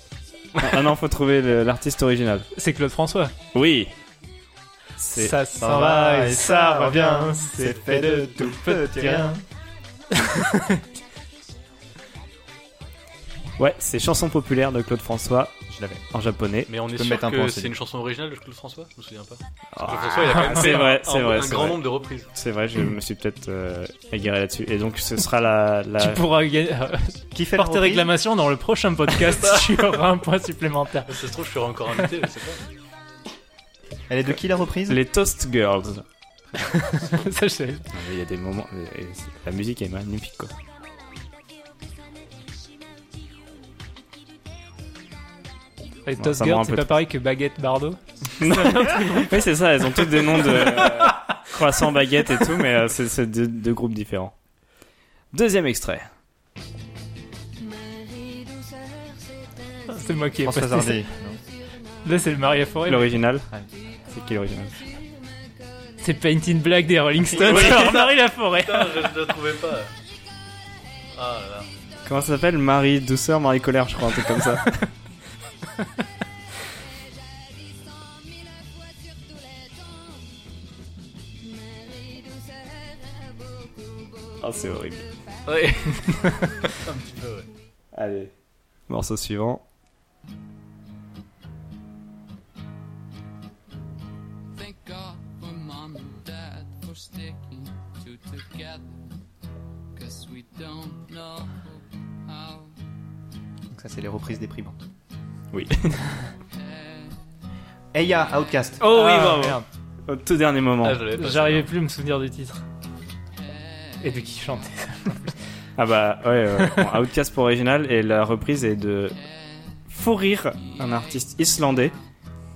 Speaker 1: Ah non, faut trouver le- l'artiste original.
Speaker 2: C'est Claude François.
Speaker 1: Oui! C'est.
Speaker 2: Ça s'en va et ça revient. C'est fait de tout petit rien.
Speaker 1: Ouais, c'est Chanson populaire de Claude François
Speaker 3: Je l'avais.
Speaker 1: en japonais.
Speaker 4: Mais on est
Speaker 3: peux
Speaker 4: sûr
Speaker 3: mettre un
Speaker 4: que
Speaker 3: point,
Speaker 4: c'est
Speaker 3: c'est
Speaker 4: une chanson originale de Claude François Je me souviens pas.
Speaker 1: Ah,
Speaker 4: Claude François, il a quand même
Speaker 1: <laughs> c'est
Speaker 4: fait
Speaker 1: vrai,
Speaker 4: un-
Speaker 1: c'est
Speaker 4: un,
Speaker 1: vrai,
Speaker 4: un
Speaker 1: c'est
Speaker 4: grand
Speaker 1: vrai.
Speaker 4: nombre de reprises.
Speaker 1: C'est vrai, je me suis peut-être euh, égaré là-dessus. Et donc, ce sera la. la...
Speaker 2: Tu pourras gagner- euh,
Speaker 3: Qui fait la
Speaker 2: porter
Speaker 3: reprise
Speaker 2: réclamation dans le prochain podcast. tu auras un point supplémentaire.
Speaker 4: Ça se trouve, je serai encore invité, je sais pas.
Speaker 3: Elle est de qui la reprise
Speaker 1: Les Toast Girls.
Speaker 2: ça, je savais.
Speaker 1: Non, mais Il y a des moments. et- et c'est- La musique est magnifique, quoi.
Speaker 2: Et
Speaker 1: Bon,
Speaker 2: Toast
Speaker 1: ça me
Speaker 2: Girl,
Speaker 1: rend un
Speaker 2: c'est
Speaker 1: peu
Speaker 2: pas pareil que Baguette Bardo
Speaker 1: Oui, c'est ça, elles ont toutes des noms de euh, croissant baguette et tout, mais euh, c'est c'est deux, deux groupes différents. Deuxième extrait.
Speaker 2: Ah, C'est moi qui ai
Speaker 3: François
Speaker 2: passé.
Speaker 3: Hardy.
Speaker 2: Là, c'est le Maria Forêt.
Speaker 1: L'original.
Speaker 3: Ouais.
Speaker 1: C'est qui l'original
Speaker 2: C'est Painting Black des Rolling Stones.
Speaker 4: Oui.
Speaker 2: Alors, Marie Laforêt.
Speaker 4: <laughs> Putain, je ne la trouvais pas. Ah là là.
Speaker 1: Comment ça s'appelle Marie Douceur, Marie Colère, je crois, un truc comme
Speaker 4: <laughs>
Speaker 1: ça. Ah, c'est horrible. <laughs>
Speaker 4: Ouais. Un petit peu, ouais.
Speaker 1: Allez. Morceau suivant.
Speaker 5: Thank God for mom and dad for sticking two together. Cause we don't know how
Speaker 3: Donc ça, c'est les reprises déprimantes.
Speaker 1: Oui.
Speaker 3: <laughs> Eya, Outcast.
Speaker 1: Oh
Speaker 2: Ah,
Speaker 1: bravo.
Speaker 2: merde.
Speaker 1: Au tout dernier moment.
Speaker 4: Ah, je l'avais pas,
Speaker 2: J'arrivais
Speaker 4: celle-là.
Speaker 2: plus à me souvenir du titre. Et de qui chantait.
Speaker 1: Ah bah ouais, euh, bon, Outcast pour original et la reprise est de Fourir, un artiste islandais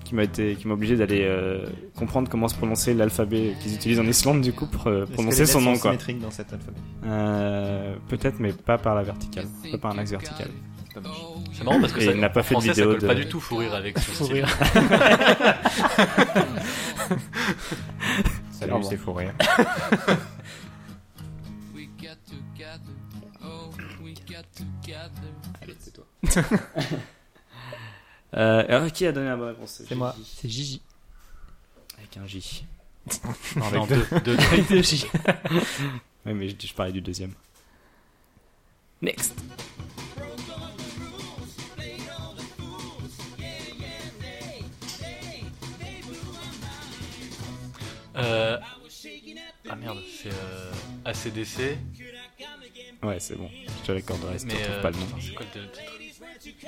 Speaker 1: qui m'a été qui m'a obligé d'aller euh, comprendre comment se prononcer l'alphabet qu'ils utilisent en Islande du coup pour euh,
Speaker 3: Est-ce que
Speaker 1: prononcer
Speaker 3: les
Speaker 1: son
Speaker 3: lettres
Speaker 1: nom
Speaker 3: sont
Speaker 1: quoi.
Speaker 3: symétriques dans cet alphabet.
Speaker 1: Euh, peut-être mais pas par la verticale, pas par un axe vertical.
Speaker 3: Dommage.
Speaker 4: C'est marrant parce que
Speaker 1: Et
Speaker 4: ça,
Speaker 1: il n'a pas fait de
Speaker 4: français,
Speaker 1: vidéo
Speaker 4: Ça colle pas
Speaker 1: de-
Speaker 4: du tout fou rire
Speaker 1: <laughs>
Speaker 4: avec son
Speaker 2: Faut
Speaker 4: style.
Speaker 2: rire.
Speaker 3: Salut,
Speaker 1: Au revoir.
Speaker 3: c'est Fourrier.
Speaker 5: we get together. Oh, we get together.
Speaker 1: Euh, alors, qui a donné la bonne réponse
Speaker 3: C'est moi.
Speaker 2: C'est Gigi.
Speaker 1: Avec un J.
Speaker 4: Non, deux. deux.
Speaker 1: <laughs>
Speaker 2: De Gigi.
Speaker 1: Oui mais je, je parlais du deuxième. Next.
Speaker 4: Euh... Ah merde, c'est euh... ACDC.
Speaker 1: Ouais c'est bon, je te l'accorderai si tu
Speaker 4: Mais
Speaker 1: retrouves
Speaker 4: euh,
Speaker 1: pas le nom.
Speaker 4: putain, c'est quoi le le titre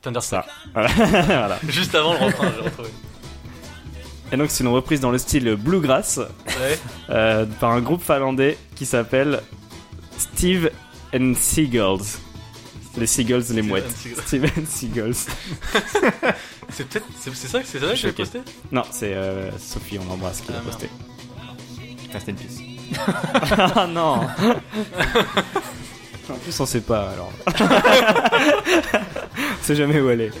Speaker 4: Thunder
Speaker 1: Ça. <laughs> Voilà. voilà.
Speaker 4: <laughs> Juste avant le refrain, j'ai retrouvé.
Speaker 1: Et donc c'est une reprise dans le style bluegrass
Speaker 4: Ouais.
Speaker 1: euh, par un groupe finlandais qui s'appelle Steve and Seagulls. Les seagulls, les mouettes.
Speaker 4: and Seagulls.
Speaker 1: Steve and Seagulls.
Speaker 4: C'est peut-être. C'est c'est ça, que- c'est ça que j'ai
Speaker 1: Choqué.
Speaker 4: posté
Speaker 1: Non, c'est euh, Sophie, on l'embrasse, qui l'a
Speaker 4: Ah, merde.
Speaker 1: posté.
Speaker 3: Rest in peace.
Speaker 1: Ah
Speaker 4: <laughs>
Speaker 1: non En plus, on sait pas alors. <laughs> on sait jamais où elle est.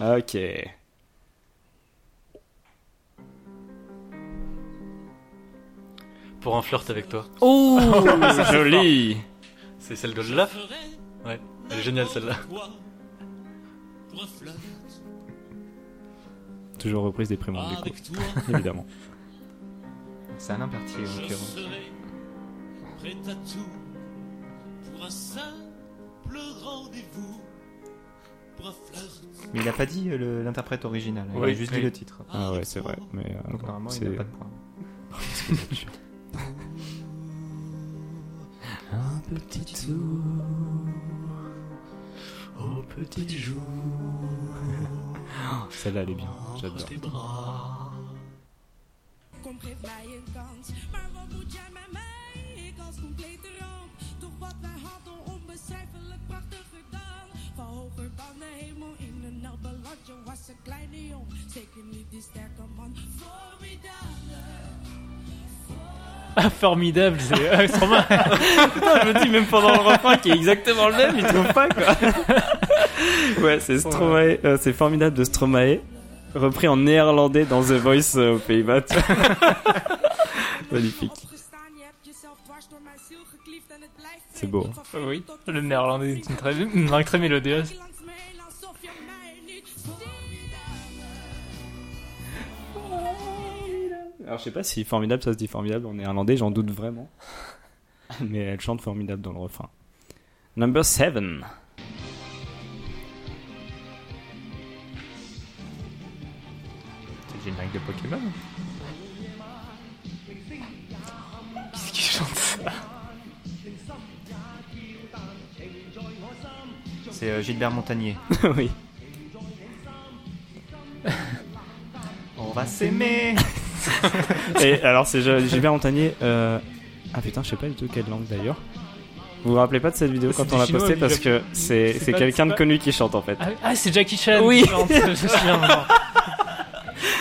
Speaker 1: Ok.
Speaker 4: Pour un flirt avec toi.
Speaker 1: Oh,
Speaker 4: Ah,
Speaker 1: joli
Speaker 4: C'est celle de là Ouais. Elle est géniale celle-là.
Speaker 1: Toujours reprise des prénoms,
Speaker 4: Ah,
Speaker 1: du coup, évidemment.
Speaker 3: C'est Alain Berthier, en l'occurrence.
Speaker 6: prêt à tout pour un simple rendez-vous, pour un flirt.
Speaker 3: Mais il a pas dit euh, le- l'interprète original. Il
Speaker 2: Oui,
Speaker 3: a juste
Speaker 2: oui.
Speaker 3: dit le titre.
Speaker 1: Ah ouais, c'est vrai, mais euh,
Speaker 3: Donc normalement,
Speaker 1: c'est
Speaker 3: il n'a pas de point.
Speaker 1: un petit tour.
Speaker 4: Au petit jour,
Speaker 1: Celle-là, elle est bien, j'adore.
Speaker 4: tes bras.
Speaker 7: Kom, geef mij een kans. Maar wat moet jij met mij? Ik als complete ramp. Toch wat wij hadden onbeschrijfelijk prachtig gedaan. Van hoger dan de hemel in een nacht beland. Je was een kleine jong, zeker niet die sterke man. Formidable.
Speaker 2: Ah, formidable. C'est ah, c'est Romain.
Speaker 1: Je me dis même pendant le refrain qui est exactement le même, il trouve pas quoi. <laughs> ouais, c'est Stromae, euh, c'est formidable de Stromae, repris en néerlandais dans The Voice euh, aux Pays-Bas. tu vois. Magnifique.
Speaker 7: Opgestaan, je hebt jezelf dwars door mijn ziel gekliefd en het blijft.
Speaker 1: C'est beau, hein.
Speaker 7: vreemd.
Speaker 2: Oui, le néerlandais est une très, une langue très mélodieuse.
Speaker 7: Langs me heen alsof je mij niet Formidable.
Speaker 1: Alors je sais pas si formidable ça se dit formidable en néerlandais, j'en doute vraiment. Mais elle chante formidable dans le refrain. Number 7.
Speaker 2: <laughs>
Speaker 3: C'est le générique de Pokémon.
Speaker 2: Qu'est-ce qui chante ça
Speaker 3: C'est euh, Gilbert Montagnier.
Speaker 1: oui.
Speaker 3: On va s'aimer.
Speaker 1: Et alors c'est Gilbert Montagnier. euh, Ah putain, je sais pas du tout quelle langue d'ailleurs. Vous vous rappelez pas de cette vidéo
Speaker 2: C'est
Speaker 1: quand
Speaker 2: des
Speaker 1: on l'a
Speaker 2: Chinois,
Speaker 1: postée
Speaker 2: mais
Speaker 1: parce
Speaker 2: j'ai-
Speaker 1: que c'est
Speaker 2: c'est
Speaker 1: c'est
Speaker 2: pas-
Speaker 1: quelqu'un
Speaker 2: c'est
Speaker 1: de
Speaker 2: pas-
Speaker 1: connu qui chante en fait.
Speaker 2: Ah, ah, c'est Jackie Chan.
Speaker 1: Oui.
Speaker 2: qui chante, Je me souviens maintenant.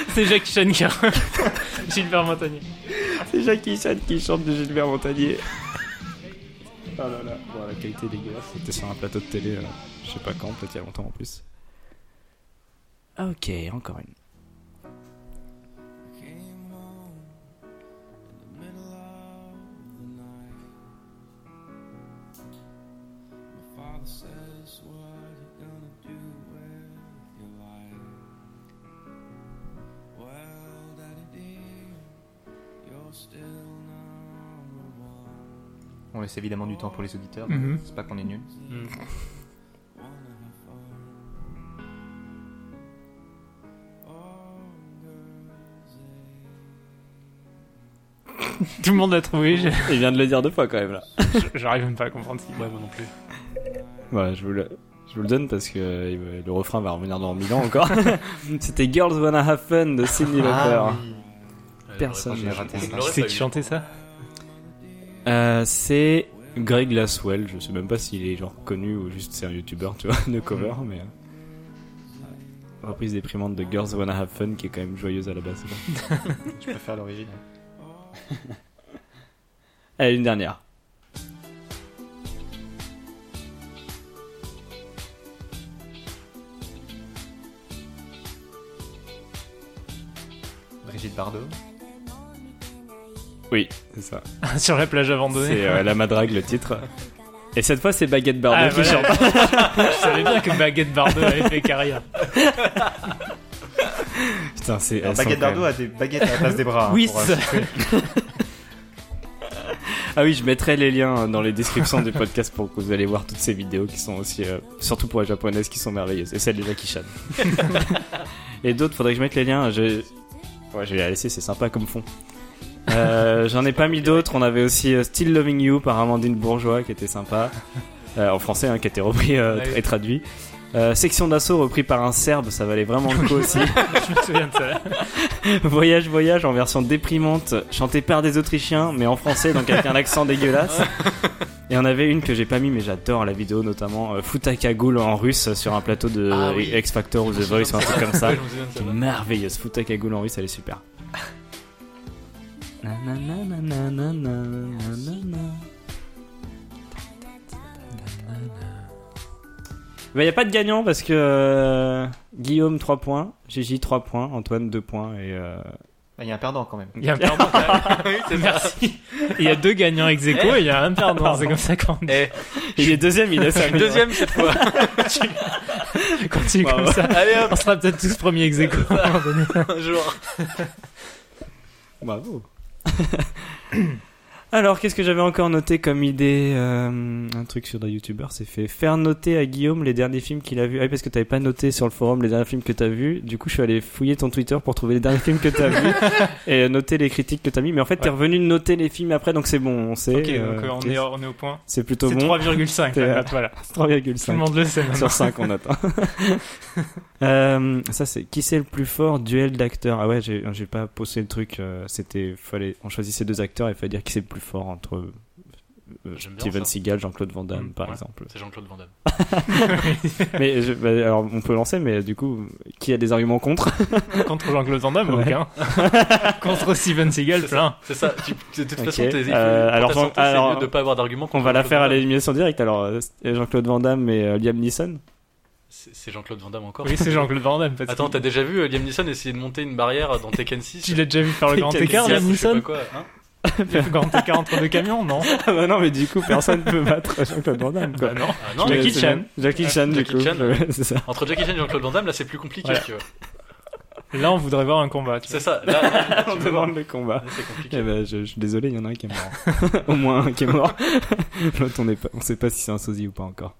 Speaker 2: C'est Jackie Chan qui <laughs> Gilbert Montagnier.
Speaker 1: C'est Jackie Chan qui chante de Gilbert Montagnier. Oh là là, bon, la qualité est dégueulasse. C'était sur un plateau de télé, euh, je sais pas quand, peut-être il y a longtemps en plus. Ah, Ok, encore une.
Speaker 5: Came home in the middle of the night. My father says, What you gonna do with your life? Well, Daddy dear, you're still number one.
Speaker 3: On laisse évidemment du temps pour les auditeurs.
Speaker 2: Mhm.
Speaker 3: C'est pas qu'on est nul.
Speaker 5: Wanna have fun? Oh, girls,
Speaker 2: Tout le monde l'a trouvé. je-
Speaker 1: Il vient de le dire deux fois quand même là.
Speaker 2: J'arrive même pas à comprendre ce qu'il dit.
Speaker 4: Ouais, moi non plus.
Speaker 1: Voilà, je vous le, je vous le donne parce que euh, le refrain va revenir dans mille ans <laughs> encore. C'était Girls Wanna Have Fun de Cindy Lauper.
Speaker 3: oui.
Speaker 1: Personne
Speaker 4: Ouais,
Speaker 1: n'a
Speaker 4: j'aurais pas-
Speaker 3: raté
Speaker 4: je
Speaker 3: ça.
Speaker 4: l'aurais
Speaker 2: C'est
Speaker 4: pas
Speaker 2: qui
Speaker 4: eu.
Speaker 2: chantait ça
Speaker 1: Euh, c'est Greg Laswell, je sais même pas s'il est genre connu ou juste c'est un youtubeur, tu vois, de cover, mais. euh, Reprise déprimante de Girls Wanna Have Fun qui est quand même joyeuse à la base. c'est bon.
Speaker 3: Je préfère l'origine.
Speaker 1: Allez, une dernière.
Speaker 3: Brigitte Bardot.
Speaker 1: Oui, c'est ça.
Speaker 2: <laughs> Sur la plage abandonnée.
Speaker 1: C'est euh, La Madrague le titre. Et cette fois, c'est Baguette Bardot
Speaker 2: Ah,
Speaker 1: qui
Speaker 2: voilà.
Speaker 1: chante.
Speaker 2: Je savais bien que Baguette Bardot avait fait <laughs> carrière.
Speaker 1: Putain, c'est. elles
Speaker 3: Alors,
Speaker 1: sont
Speaker 3: Baguette
Speaker 1: quand même-
Speaker 3: Bardot a des baguettes à la place des bras. hein,
Speaker 2: Oui,
Speaker 3: pour, euh, <laughs>
Speaker 2: ça-
Speaker 1: Ah oui, je mettrai les liens dans les descriptions du podcast pour que vous allez voir toutes ces vidéos qui sont aussi, euh, surtout pour les japonaises, qui sont merveilleuses. Et celle de Jackie Chan. Et d'autres, faudrait que je mette les liens. Je... Ouais, je vais la laisser, c'est sympa comme fond. Euh, J'en ai pas mis d'autres. On avait aussi euh, Still Loving You par Amandine Bourgeois qui était sympa. Euh, en français, hein, qui a été repris euh,
Speaker 2: Ouais.
Speaker 1: et traduit. Euh, Section d'assaut repris par un serbe, ça valait vraiment le coup aussi.
Speaker 2: Je me souviens de ça.
Speaker 1: <laughs> Voyage, voyage en version déprimante, chantée par des Autrichiens, mais en français, donc avec un accent
Speaker 4: <laughs>
Speaker 1: dégueulasse. Et on avait une que j'ai pas mis, mais j'adore la vidéo, notamment euh, Futaka Ghoul en russe sur un plateau de
Speaker 4: Ah oui.
Speaker 1: X Factor ou The Voice ou un truc comme ça.
Speaker 4: Ouais, je me souviens de <laughs> ça.
Speaker 1: C'est merveilleuse, Futaka Ghoul en russe, elle est super. Na, na, na, na, na, na, na, na, na. Bah, y a pas de gagnant parce que euh, Guillaume 3 points, Gigi 3 points, Antoine 2 points et euh,
Speaker 3: Ah, Il y a un perdant quand même.
Speaker 2: Il y a un perdant.
Speaker 4: Ah
Speaker 2: Merci. Il y a deux gagnants ex aequo et il y a un perdant. C'est comme ça qu'on dit.
Speaker 4: Eh,
Speaker 1: Il est deuxième,
Speaker 2: <laughs>
Speaker 1: il est
Speaker 4: je suis le deuxième cette fois.
Speaker 2: Continue comme
Speaker 1: Bravo.
Speaker 2: ça.
Speaker 4: Allez hop,
Speaker 2: On sera peut-être tous premiers ex aequo. à un moment donné.
Speaker 4: un jour.
Speaker 1: Bravo. Alors, qu'est-ce que j'avais encore noté comme idée euh, Un truc sur un youtubeur, c'est fait faire noter à Guillaume les derniers films qu'il a vus. Ah oui, parce que t'avais pas noté sur le forum les derniers films que t'as vus. Du coup, je suis allé fouiller ton Twitter pour trouver les derniers films que t'as
Speaker 2: <laughs>
Speaker 1: vus et noter les critiques que t'as mis. Mais en fait, t'es
Speaker 2: Ouais.
Speaker 1: revenu noter les films après, donc c'est bon, on sait.
Speaker 2: Ok,
Speaker 1: euh,
Speaker 2: donc euh, on est on est au point.
Speaker 1: C'est plutôt <laughs>
Speaker 2: C'est
Speaker 1: bon.
Speaker 2: 3,5.
Speaker 1: C'est,
Speaker 2: la
Speaker 1: euh,
Speaker 2: note, Voilà. Tout le
Speaker 1: 3,5.
Speaker 2: monde le sait.
Speaker 1: <laughs>
Speaker 2: maintenant.
Speaker 1: Sur 5 on attend. Euh, ça c'est qui c'est le plus fort duel d'acteurs. Ah ouais, j'ai j'ai pas posté le truc. euh, C'était fallait on choisissait deux acteurs et fallait dire qui c'est le plus fort entre euh,
Speaker 4: J'aime bien
Speaker 1: Steven
Speaker 4: ça.
Speaker 1: Seagal, Jean-Claude Van Damme
Speaker 2: Mm,
Speaker 1: par
Speaker 4: ouais.
Speaker 1: exemple.
Speaker 4: C'est Jean-Claude Van Damme.
Speaker 1: mais je- bah, alors on peut lancer mais du coup qui a des arguments contre
Speaker 2: Contre Jean-Claude Van Damme,
Speaker 1: Ouais. <laughs>
Speaker 2: aucun. Contre Steven Seagal, plein.
Speaker 4: C'est ça, tu- de toute
Speaker 1: Ok,
Speaker 4: façon, tes
Speaker 1: euh,
Speaker 4: pour
Speaker 1: alors,
Speaker 4: ta
Speaker 1: Jean-
Speaker 4: santé,
Speaker 1: alors,
Speaker 4: c'est mieux de pas avoir d'argument.
Speaker 1: On
Speaker 4: contre
Speaker 1: va la
Speaker 4: Jean-Claude
Speaker 1: faire
Speaker 4: Van
Speaker 1: à
Speaker 4: Damme.
Speaker 1: l'élimination directe. Alors euh, Jean-Claude Van Damme et euh, Liam Neeson.
Speaker 4: C'est c'est Jean-Claude Van Damme encore.
Speaker 2: Oui, c'est Jean-Claude Van Damme. parce
Speaker 4: Attends,
Speaker 2: que
Speaker 4: t'as déjà vu euh, Liam Neeson essayer de monter une barrière dans Tekken 6
Speaker 2: tu l'as déjà
Speaker 1: <laughs>
Speaker 2: vu faire le grand
Speaker 1: Quel
Speaker 2: écart,
Speaker 1: gars,
Speaker 2: Liam
Speaker 4: Je sais pas
Speaker 2: Neeson
Speaker 4: quoi, <laughs> hein
Speaker 2: Le grand écart entre deux camions, non
Speaker 1: ah bah non mais du coup personne <laughs> peut battre Jean-Claude Van Damme quoi.
Speaker 2: Bah non.
Speaker 4: Ah non,
Speaker 2: Jackie
Speaker 1: Mais c'est
Speaker 2: Chan.
Speaker 1: bien. Jackie Chan du
Speaker 4: Jackie
Speaker 1: coup.
Speaker 4: Chan.
Speaker 1: Ouais, <laughs> c'est ça.
Speaker 4: Entre Jackie Chan et Jean-Claude Van Damme, là c'est plus compliqué.
Speaker 2: Voilà.
Speaker 4: tu vois.
Speaker 2: Là, on voudrait voir un combat. tu
Speaker 4: C'est
Speaker 2: vois.
Speaker 4: ça. Là, <laughs> là,
Speaker 1: <laughs>
Speaker 4: tu
Speaker 1: On
Speaker 4: vois,
Speaker 1: demande le combat.
Speaker 4: là, c'est
Speaker 1: Eh
Speaker 4: compliqué.
Speaker 1: ben, je, je suis désolé, il y en a un qui est mort. <laughs> Au moins un qui est
Speaker 4: <laughs>
Speaker 1: mort. L'autre, on, est pas, on sait pas si c'est un sosie ou pas encore.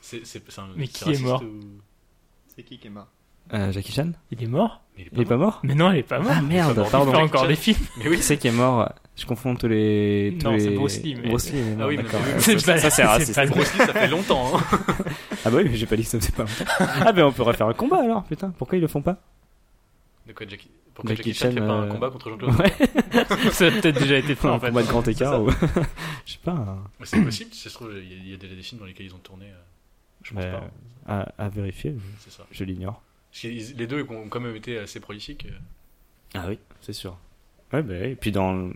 Speaker 4: C'est- c'est- c'est un-
Speaker 2: Mais
Speaker 4: c'est
Speaker 2: qui est
Speaker 4: raciste
Speaker 2: mort
Speaker 4: ou-
Speaker 3: C'est qui qui est mort
Speaker 1: Euh, Jackie Chan
Speaker 2: Il est mort
Speaker 4: Mais
Speaker 1: Il est pas mort
Speaker 2: Mais non, il est pas mort.
Speaker 1: Ah merde,
Speaker 2: Il
Speaker 4: mort.
Speaker 2: fait
Speaker 1: pardon.
Speaker 4: Jackie
Speaker 2: encore
Speaker 4: Chan.
Speaker 2: des films.
Speaker 4: Mais
Speaker 1: Qui
Speaker 4: oui,
Speaker 1: c'est qui est mort Je confonds tous les. Tous
Speaker 2: Non,
Speaker 1: les...
Speaker 2: c'est Bruce Lee, mais-
Speaker 1: Bruce Lee, il est mort,
Speaker 4: Ah oui, mais
Speaker 1: d'accord.
Speaker 4: oui,
Speaker 1: Ouais, Euh, ça-
Speaker 4: mais
Speaker 2: <laughs> c'est pas-
Speaker 1: ça, c'est
Speaker 2: c'est
Speaker 1: raciste.
Speaker 2: pas-
Speaker 4: Bruce Lee, ça fait longtemps. hein.
Speaker 1: Ah bah oui,
Speaker 4: <laughs>
Speaker 1: mais j'ai pas dit que ça faisait pas longtemps. Ah ben, on pourrait faire un combat alors, putain. Pourquoi ils le font pas
Speaker 4: De quoi, Jackie Pour que
Speaker 1: Jackie
Speaker 4: Jackie Chan
Speaker 1: Chan,
Speaker 4: fait pas un
Speaker 1: euh,
Speaker 4: combat contre Jean-Claude Van Damme.
Speaker 2: Ça a peut-être déjà été fait
Speaker 1: un
Speaker 2: en fait.
Speaker 1: combat de grand écart ou. <laughs> Je sais pas. hein. un-
Speaker 4: Mais C'est possible, si ça se trouve, il y a- il y, a déjà des films dans lesquels ils ont tourné. euh, Je pense
Speaker 1: Ouais,
Speaker 4: pas,
Speaker 1: À, à vérifier,
Speaker 4: c'est ça.
Speaker 1: je l'ignore.
Speaker 4: Parce que ils- les deux ont quand même été assez prolifiques. euh.
Speaker 1: Ah oui, c'est sûr. Ouais, bah, et puis dans, le-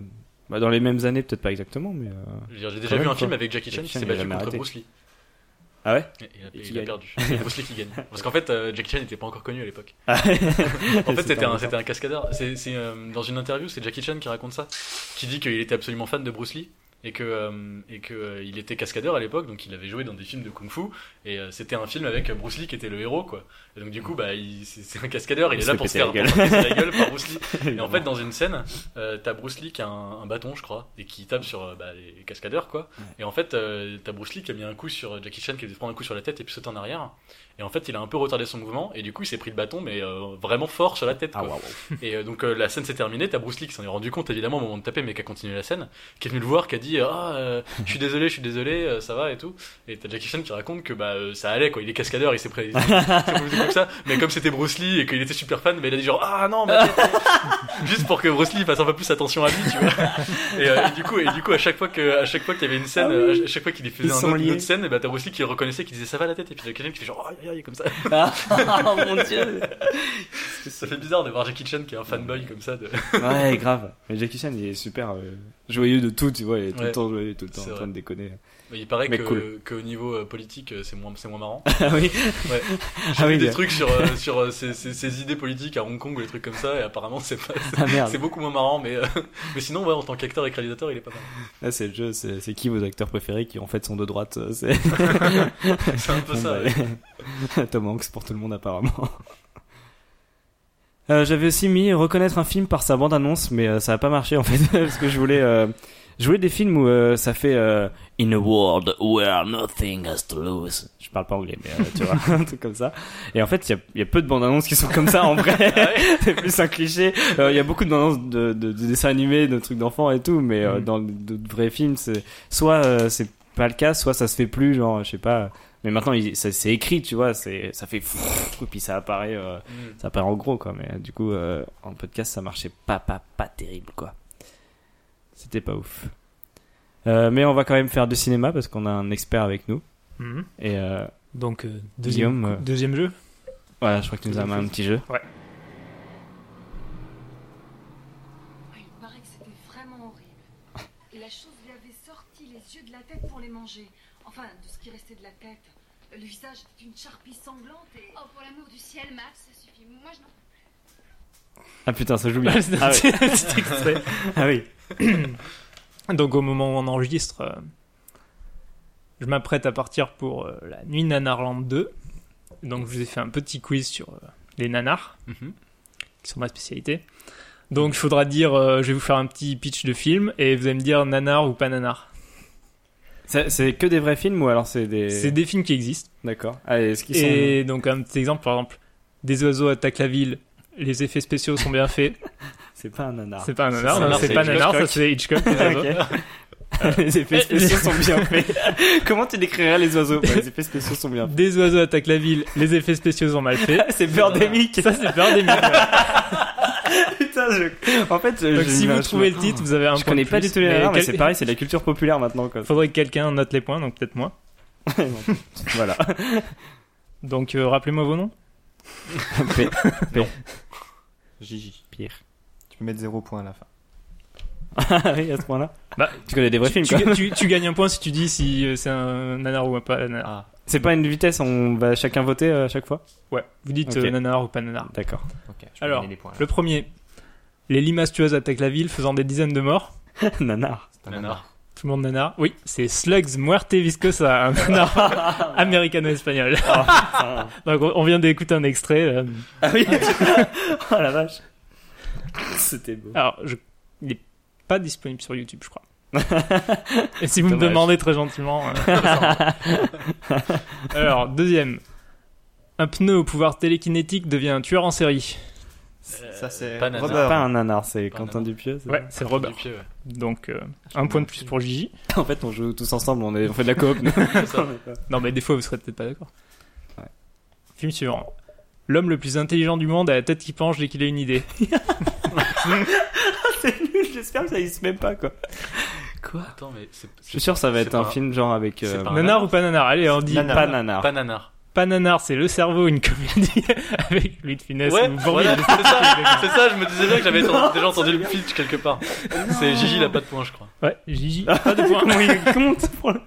Speaker 1: bah, dans les mêmes années, peut-être pas exactement, mais. euh,
Speaker 4: Je veux dire, J'ai
Speaker 1: Quand
Speaker 4: déjà vu
Speaker 1: même,
Speaker 4: un
Speaker 1: quoi.
Speaker 4: film avec Jackie Chan
Speaker 1: Jackie
Speaker 4: qui
Speaker 1: Chan,
Speaker 4: s'est
Speaker 1: il a
Speaker 4: battu
Speaker 1: jamais
Speaker 4: contre
Speaker 1: arrêté.
Speaker 4: Bruce Lee.
Speaker 1: Ah ouais
Speaker 4: Et il a,
Speaker 1: Et qui
Speaker 4: il a
Speaker 1: gagne. <laughs>
Speaker 4: perdu. C'est Bruce Lee qui gagne. Parce qu'en fait, euh, Jackie Chan n'était pas encore connu à l'époque.
Speaker 1: Ah <laughs>
Speaker 4: En fait, c'était un, c'était un cascadeur. C'est c'est, euh, dans une interview, c'est Jackie Chan qui raconte ça, qui dit qu'il était absolument fan de Bruce Lee et que euh, et que euh, il était cascadeur à l'époque, donc il avait joué dans des films de kung-fu et euh, c'était un film avec Bruce Lee qui était le héros quoi. Et donc du coup, bah, il- c'est c'est un cascadeur, il
Speaker 1: Il se
Speaker 4: est là
Speaker 1: fait
Speaker 4: pour se
Speaker 1: péter la
Speaker 4: faire
Speaker 1: gueule.
Speaker 4: pour se faire <laughs> péter la gueule
Speaker 1: <laughs>
Speaker 4: par Bruce Lee. <laughs> Et en
Speaker 1: Évidemment.
Speaker 4: fait, dans une scène, euh, t'as Bruce Lee qui a un, un bâton, je crois, et qui tape sur euh, bah, les cascadeurs, quoi. Et en fait, euh, t'as Bruce Lee qui a mis un coup sur Jackie Chan, qui a dû prendre un coup sur la tête et puis sauter en arrière. Et en fait, il a un peu retardé son mouvement, et du coup, il s'est pris le bâton, mais euh, vraiment fort sur la tête,
Speaker 1: Ah,
Speaker 4: quoi.
Speaker 1: waouh.
Speaker 4: Et euh, donc, euh, la scène s'est terminée, t'as Bruce Lee qui s'en est rendu compte, évidemment, au moment de taper, mais qui a continué la scène, qui est venu le voir, qui a dit Ah,
Speaker 1: <laughs>
Speaker 4: euh, je suis désolé, je suis désolé, euh, ça va et tout. Et t'as Jackie Chan qui raconte que bah, euh, ça allait, quoi. Il est cascadeur, il s'est pris. il s'est- c'est pas possible comme ça. Mais comme c'était Bruce Lee et qu'il était super fan, mais il a dit genre ah non, bah,
Speaker 1: <laughs>
Speaker 4: juste pour que Bruce Lee fasse un peu plus attention à lui, tu vois. Et, euh, et du coup, et du coup, à chaque fois que, à chaque fois qu'il y avait une scène, euh, à chaque fois qu'il faisait
Speaker 1: Ah Ils
Speaker 4: un
Speaker 1: sont
Speaker 4: autre- une
Speaker 1: liés.
Speaker 4: autre scène, et bah t'as Bruce Lee qui le reconnaissait, qui disait ça va la tête, et puis t'as quelqu'un qui fait genre oh, aïe aïe comme ça.
Speaker 8: oh mon dieu
Speaker 4: ça fait bizarre de voir Jackie Chan qui est un fanboy comme ça. De...
Speaker 1: Ouais, grave. Mais Jackie Chan, il est super euh, joyeux de tout, tu vois. Il est tout
Speaker 4: Ouais.
Speaker 1: le temps joyeux, tout le temps
Speaker 4: C'est
Speaker 1: en train
Speaker 4: vrai.
Speaker 1: de déconner.
Speaker 4: Mais il paraît
Speaker 1: Mais
Speaker 4: que,
Speaker 1: cool.
Speaker 4: qu'au niveau euh, politique, euh, c'est moins, c'est moins marrant.
Speaker 1: <laughs> ah oui,
Speaker 4: J'ai
Speaker 1: <laughs> Ah
Speaker 4: vu
Speaker 1: oui,
Speaker 4: des
Speaker 1: bien.
Speaker 4: trucs sur, euh,
Speaker 1: <laughs>
Speaker 4: sur euh, ces, ces- ces idées politiques à Hong Kong ou des trucs comme ça, et apparemment c'est pas, c'est-
Speaker 1: ah merde.
Speaker 4: c'est beaucoup moins marrant, mais, euh, <laughs> mais sinon, ouais, en tant qu'acteur et que réalisateur, il est pas mal.
Speaker 1: Là, c'est le jeu, c'est c'est qui vos acteurs préférés qui en fait sont de droite euh, C'est
Speaker 4: C'est un peu ça.
Speaker 1: bah,
Speaker 4: ouais.
Speaker 1: Tom Hanks pour tout le monde, apparemment. Euh, J'avais aussi mis reconnaître un film par sa bande-annonce, mais euh, ça a pas marché en fait, <laughs> parce que je voulais, euh, je voulais des films où euh, ça fait euh, In a world where nothing has to lose. Je parle pas anglais, mais euh, tu vois, <laughs> un truc comme ça. Et en fait, il y a- il y, a peu de bandes-annonces qui sont comme ça en vrai. <laughs> C'est plus un cliché. Euh, Il y a beaucoup de bandes-annonces de, de, de dessins animés, de trucs d'enfants et tout, mais euh, dans de, de vrais films, c'est soit euh, c'est pas le cas, soit ça se fait plus, genre, je sais pas. Mais maintenant, il- ça- c'est écrit, tu vois, c'est, ça fait fou, puis ça apparaît, euh,
Speaker 4: Mm.
Speaker 1: ça apparaît en gros, quoi. Mais euh, du coup, euh, en podcast, ça marchait pas, pas, pas terrible, quoi. C'était pas ouf. Euh, mais on va quand même faire du cinéma parce qu'on a un expert avec nous.
Speaker 2: Mhm.
Speaker 1: Et euh,
Speaker 2: Donc, euh,
Speaker 1: Guillaume,
Speaker 2: deuxième,
Speaker 1: euh,
Speaker 2: deuxième jeu
Speaker 1: voilà, je crois que tu nous as amené un petit jeu.
Speaker 9: Oui, il paraît que c'était vraiment horrible. Et la chose lui avait sorti les yeux de la tête pour les manger. Enfin, de ce qui restait de la tête. Le visage était une charpie sanglante et...
Speaker 10: Oh, pour l'amour du ciel, Max, ça suffit. Moi, je n'en peux
Speaker 1: Ah putain, ça joue <laughs> bien. ah,
Speaker 2: <laughs>
Speaker 1: oui.
Speaker 2: Petit extrait.
Speaker 1: Ah oui.
Speaker 2: <coughs> Donc au moment où on enregistre, euh, je m'apprête à partir pour euh, la nuit Nanarland 2. Donc je vous ai fait un petit quiz sur euh, les nanars,
Speaker 4: Mhm.
Speaker 2: qui sont ma spécialité. Donc il faudra dire, euh, je vais vous faire un petit pitch de film et vous allez me dire nanar ou pas nanar.
Speaker 1: C'est, c'est que des vrais films ou alors c'est des.
Speaker 2: C'est des films qui existent.
Speaker 1: D'accord. Ah, est-ce qu'ils
Speaker 2: Et donc un petit exemple, par exemple, des oiseaux attaquent la ville. Les effets spéciaux sont bien faits.
Speaker 1: sont. C'est pas un nanar. <laughs>
Speaker 2: C'est pas un nanar,
Speaker 4: c'est
Speaker 2: non,
Speaker 4: nanar,
Speaker 2: c'est
Speaker 4: c'est
Speaker 2: pas
Speaker 4: Hitchcock.
Speaker 2: nanar, ça c'est Hitchcock. les
Speaker 1: Ah,
Speaker 2: oiseaux.
Speaker 1: ok. <laughs> les effets spéciaux sont bien faits. <laughs> Comment tu décrirais les <laughs> oiseaux Bah, Les effets spéciaux sont bien faits.
Speaker 2: Des oiseaux attaquent la ville, les effets spéciaux sont mal faits.
Speaker 1: <laughs> C'est Birdemic.
Speaker 2: Ça, c'est peur des mille.
Speaker 1: Putain, je... En fait, <laughs>
Speaker 2: Donc,
Speaker 1: j'ai
Speaker 2: si
Speaker 1: eu un
Speaker 2: vous trouvez le
Speaker 1: chemin.
Speaker 2: titre, vous avez un
Speaker 1: je
Speaker 2: point
Speaker 1: connais
Speaker 2: de
Speaker 1: pas
Speaker 2: plus,
Speaker 1: du tout les nanars, mais
Speaker 2: quel-
Speaker 1: c'est pareil, c'est de la culture populaire maintenant. <laughs> Quoi.
Speaker 2: <laughs> Faudrait que quelqu'un note les points, donc peut-être moi.
Speaker 1: <laughs> voilà.
Speaker 2: Donc, euh, rappelez-moi vos noms.
Speaker 1: Ah,
Speaker 3: Gigi.
Speaker 1: Pierre.
Speaker 3: Tu peux mettre 0 point à la fin.
Speaker 1: <laughs> Ah oui, à ce point-là.
Speaker 2: Bah,
Speaker 1: tu connais des vrais films,
Speaker 2: tu,
Speaker 1: quoi.
Speaker 2: ga- tu- tu gagnes un point si tu dis si euh, c'est un nanar ou pas nanar.
Speaker 3: Ah,
Speaker 1: C'est pas une vitesse, on va chacun voter euh, à chaque fois.
Speaker 2: Ouais, vous dites
Speaker 1: Ok.
Speaker 2: euh, nanar ou pas nanar.
Speaker 1: D'accord.
Speaker 3: Ah, ok. Je peux
Speaker 2: Alors,
Speaker 3: donner les points. là.
Speaker 2: Le premier, les limaces tueuses attaquent la ville, faisant des dizaines de morts.
Speaker 1: <laughs> Nanar.
Speaker 3: C'est un nanar.
Speaker 4: Nanar.
Speaker 2: Tout le monde nanar. Oui, c'est Slugs Muerte Viscosa, un nanar
Speaker 1: <laughs>
Speaker 2: américano-espagnol. <laughs> donc, on on vient d'écouter un extrait. euh,
Speaker 1: Oh, Ah oui Oh la vache. C'était beau.
Speaker 2: Alors, je... il n'est pas disponible sur YouTube, je crois. Et si vous me
Speaker 1: Dommage.
Speaker 2: demandez très gentiment. euh, Alors, deuxième. Un pneu au pouvoir télékinétique devient un tueur en série.
Speaker 3: Ça, c'est
Speaker 4: Euh, pas nanar.
Speaker 3: Robert.
Speaker 1: Pas un nanar, c'est
Speaker 4: Pas un
Speaker 1: Quentin
Speaker 4: nanar.
Speaker 1: Dupieux. c'est
Speaker 2: Ouais,
Speaker 1: ça
Speaker 2: c'est
Speaker 4: Du
Speaker 2: Robert.
Speaker 1: <laughs>
Speaker 4: pied, ouais.
Speaker 2: Donc, euh, un point de plus pour Gigi.
Speaker 1: En fait, on joue tous ensemble, on, est, on fait de la coop. nous.
Speaker 4: Ça.
Speaker 2: Non, mais des fois, vous serez peut-être pas d'accord.
Speaker 1: Ouais.
Speaker 2: Film suivant. L'homme le plus intelligent du monde a la tête qui penche dès qu'il a une idée.
Speaker 1: <laughs> c'est nul, j'espère que ça existe même pas quoi. Quoi
Speaker 4: Attends, mais c'est.
Speaker 1: Je suis sûr que ça va être un film genre avec. euh,
Speaker 2: Nanar ou pas nanar Allez, on dit
Speaker 1: Nanar. Pas nanar.
Speaker 4: Pas nanar.
Speaker 2: Pas nanar, c'est le cerveau, une comédie <laughs> avec Louis de Funès.
Speaker 4: Ouais,
Speaker 2: et vous
Speaker 4: voilà,
Speaker 2: bourrez-
Speaker 1: <laughs>
Speaker 4: c'est <laughs> ça, c'est ça, je me disais bien que j'avais enten- déjà entendu le pitch quelque part. C'est Gigi, il a pas de points, je crois.
Speaker 2: Ouais, Gigi, pas de point.
Speaker 1: comment, il compte pour le-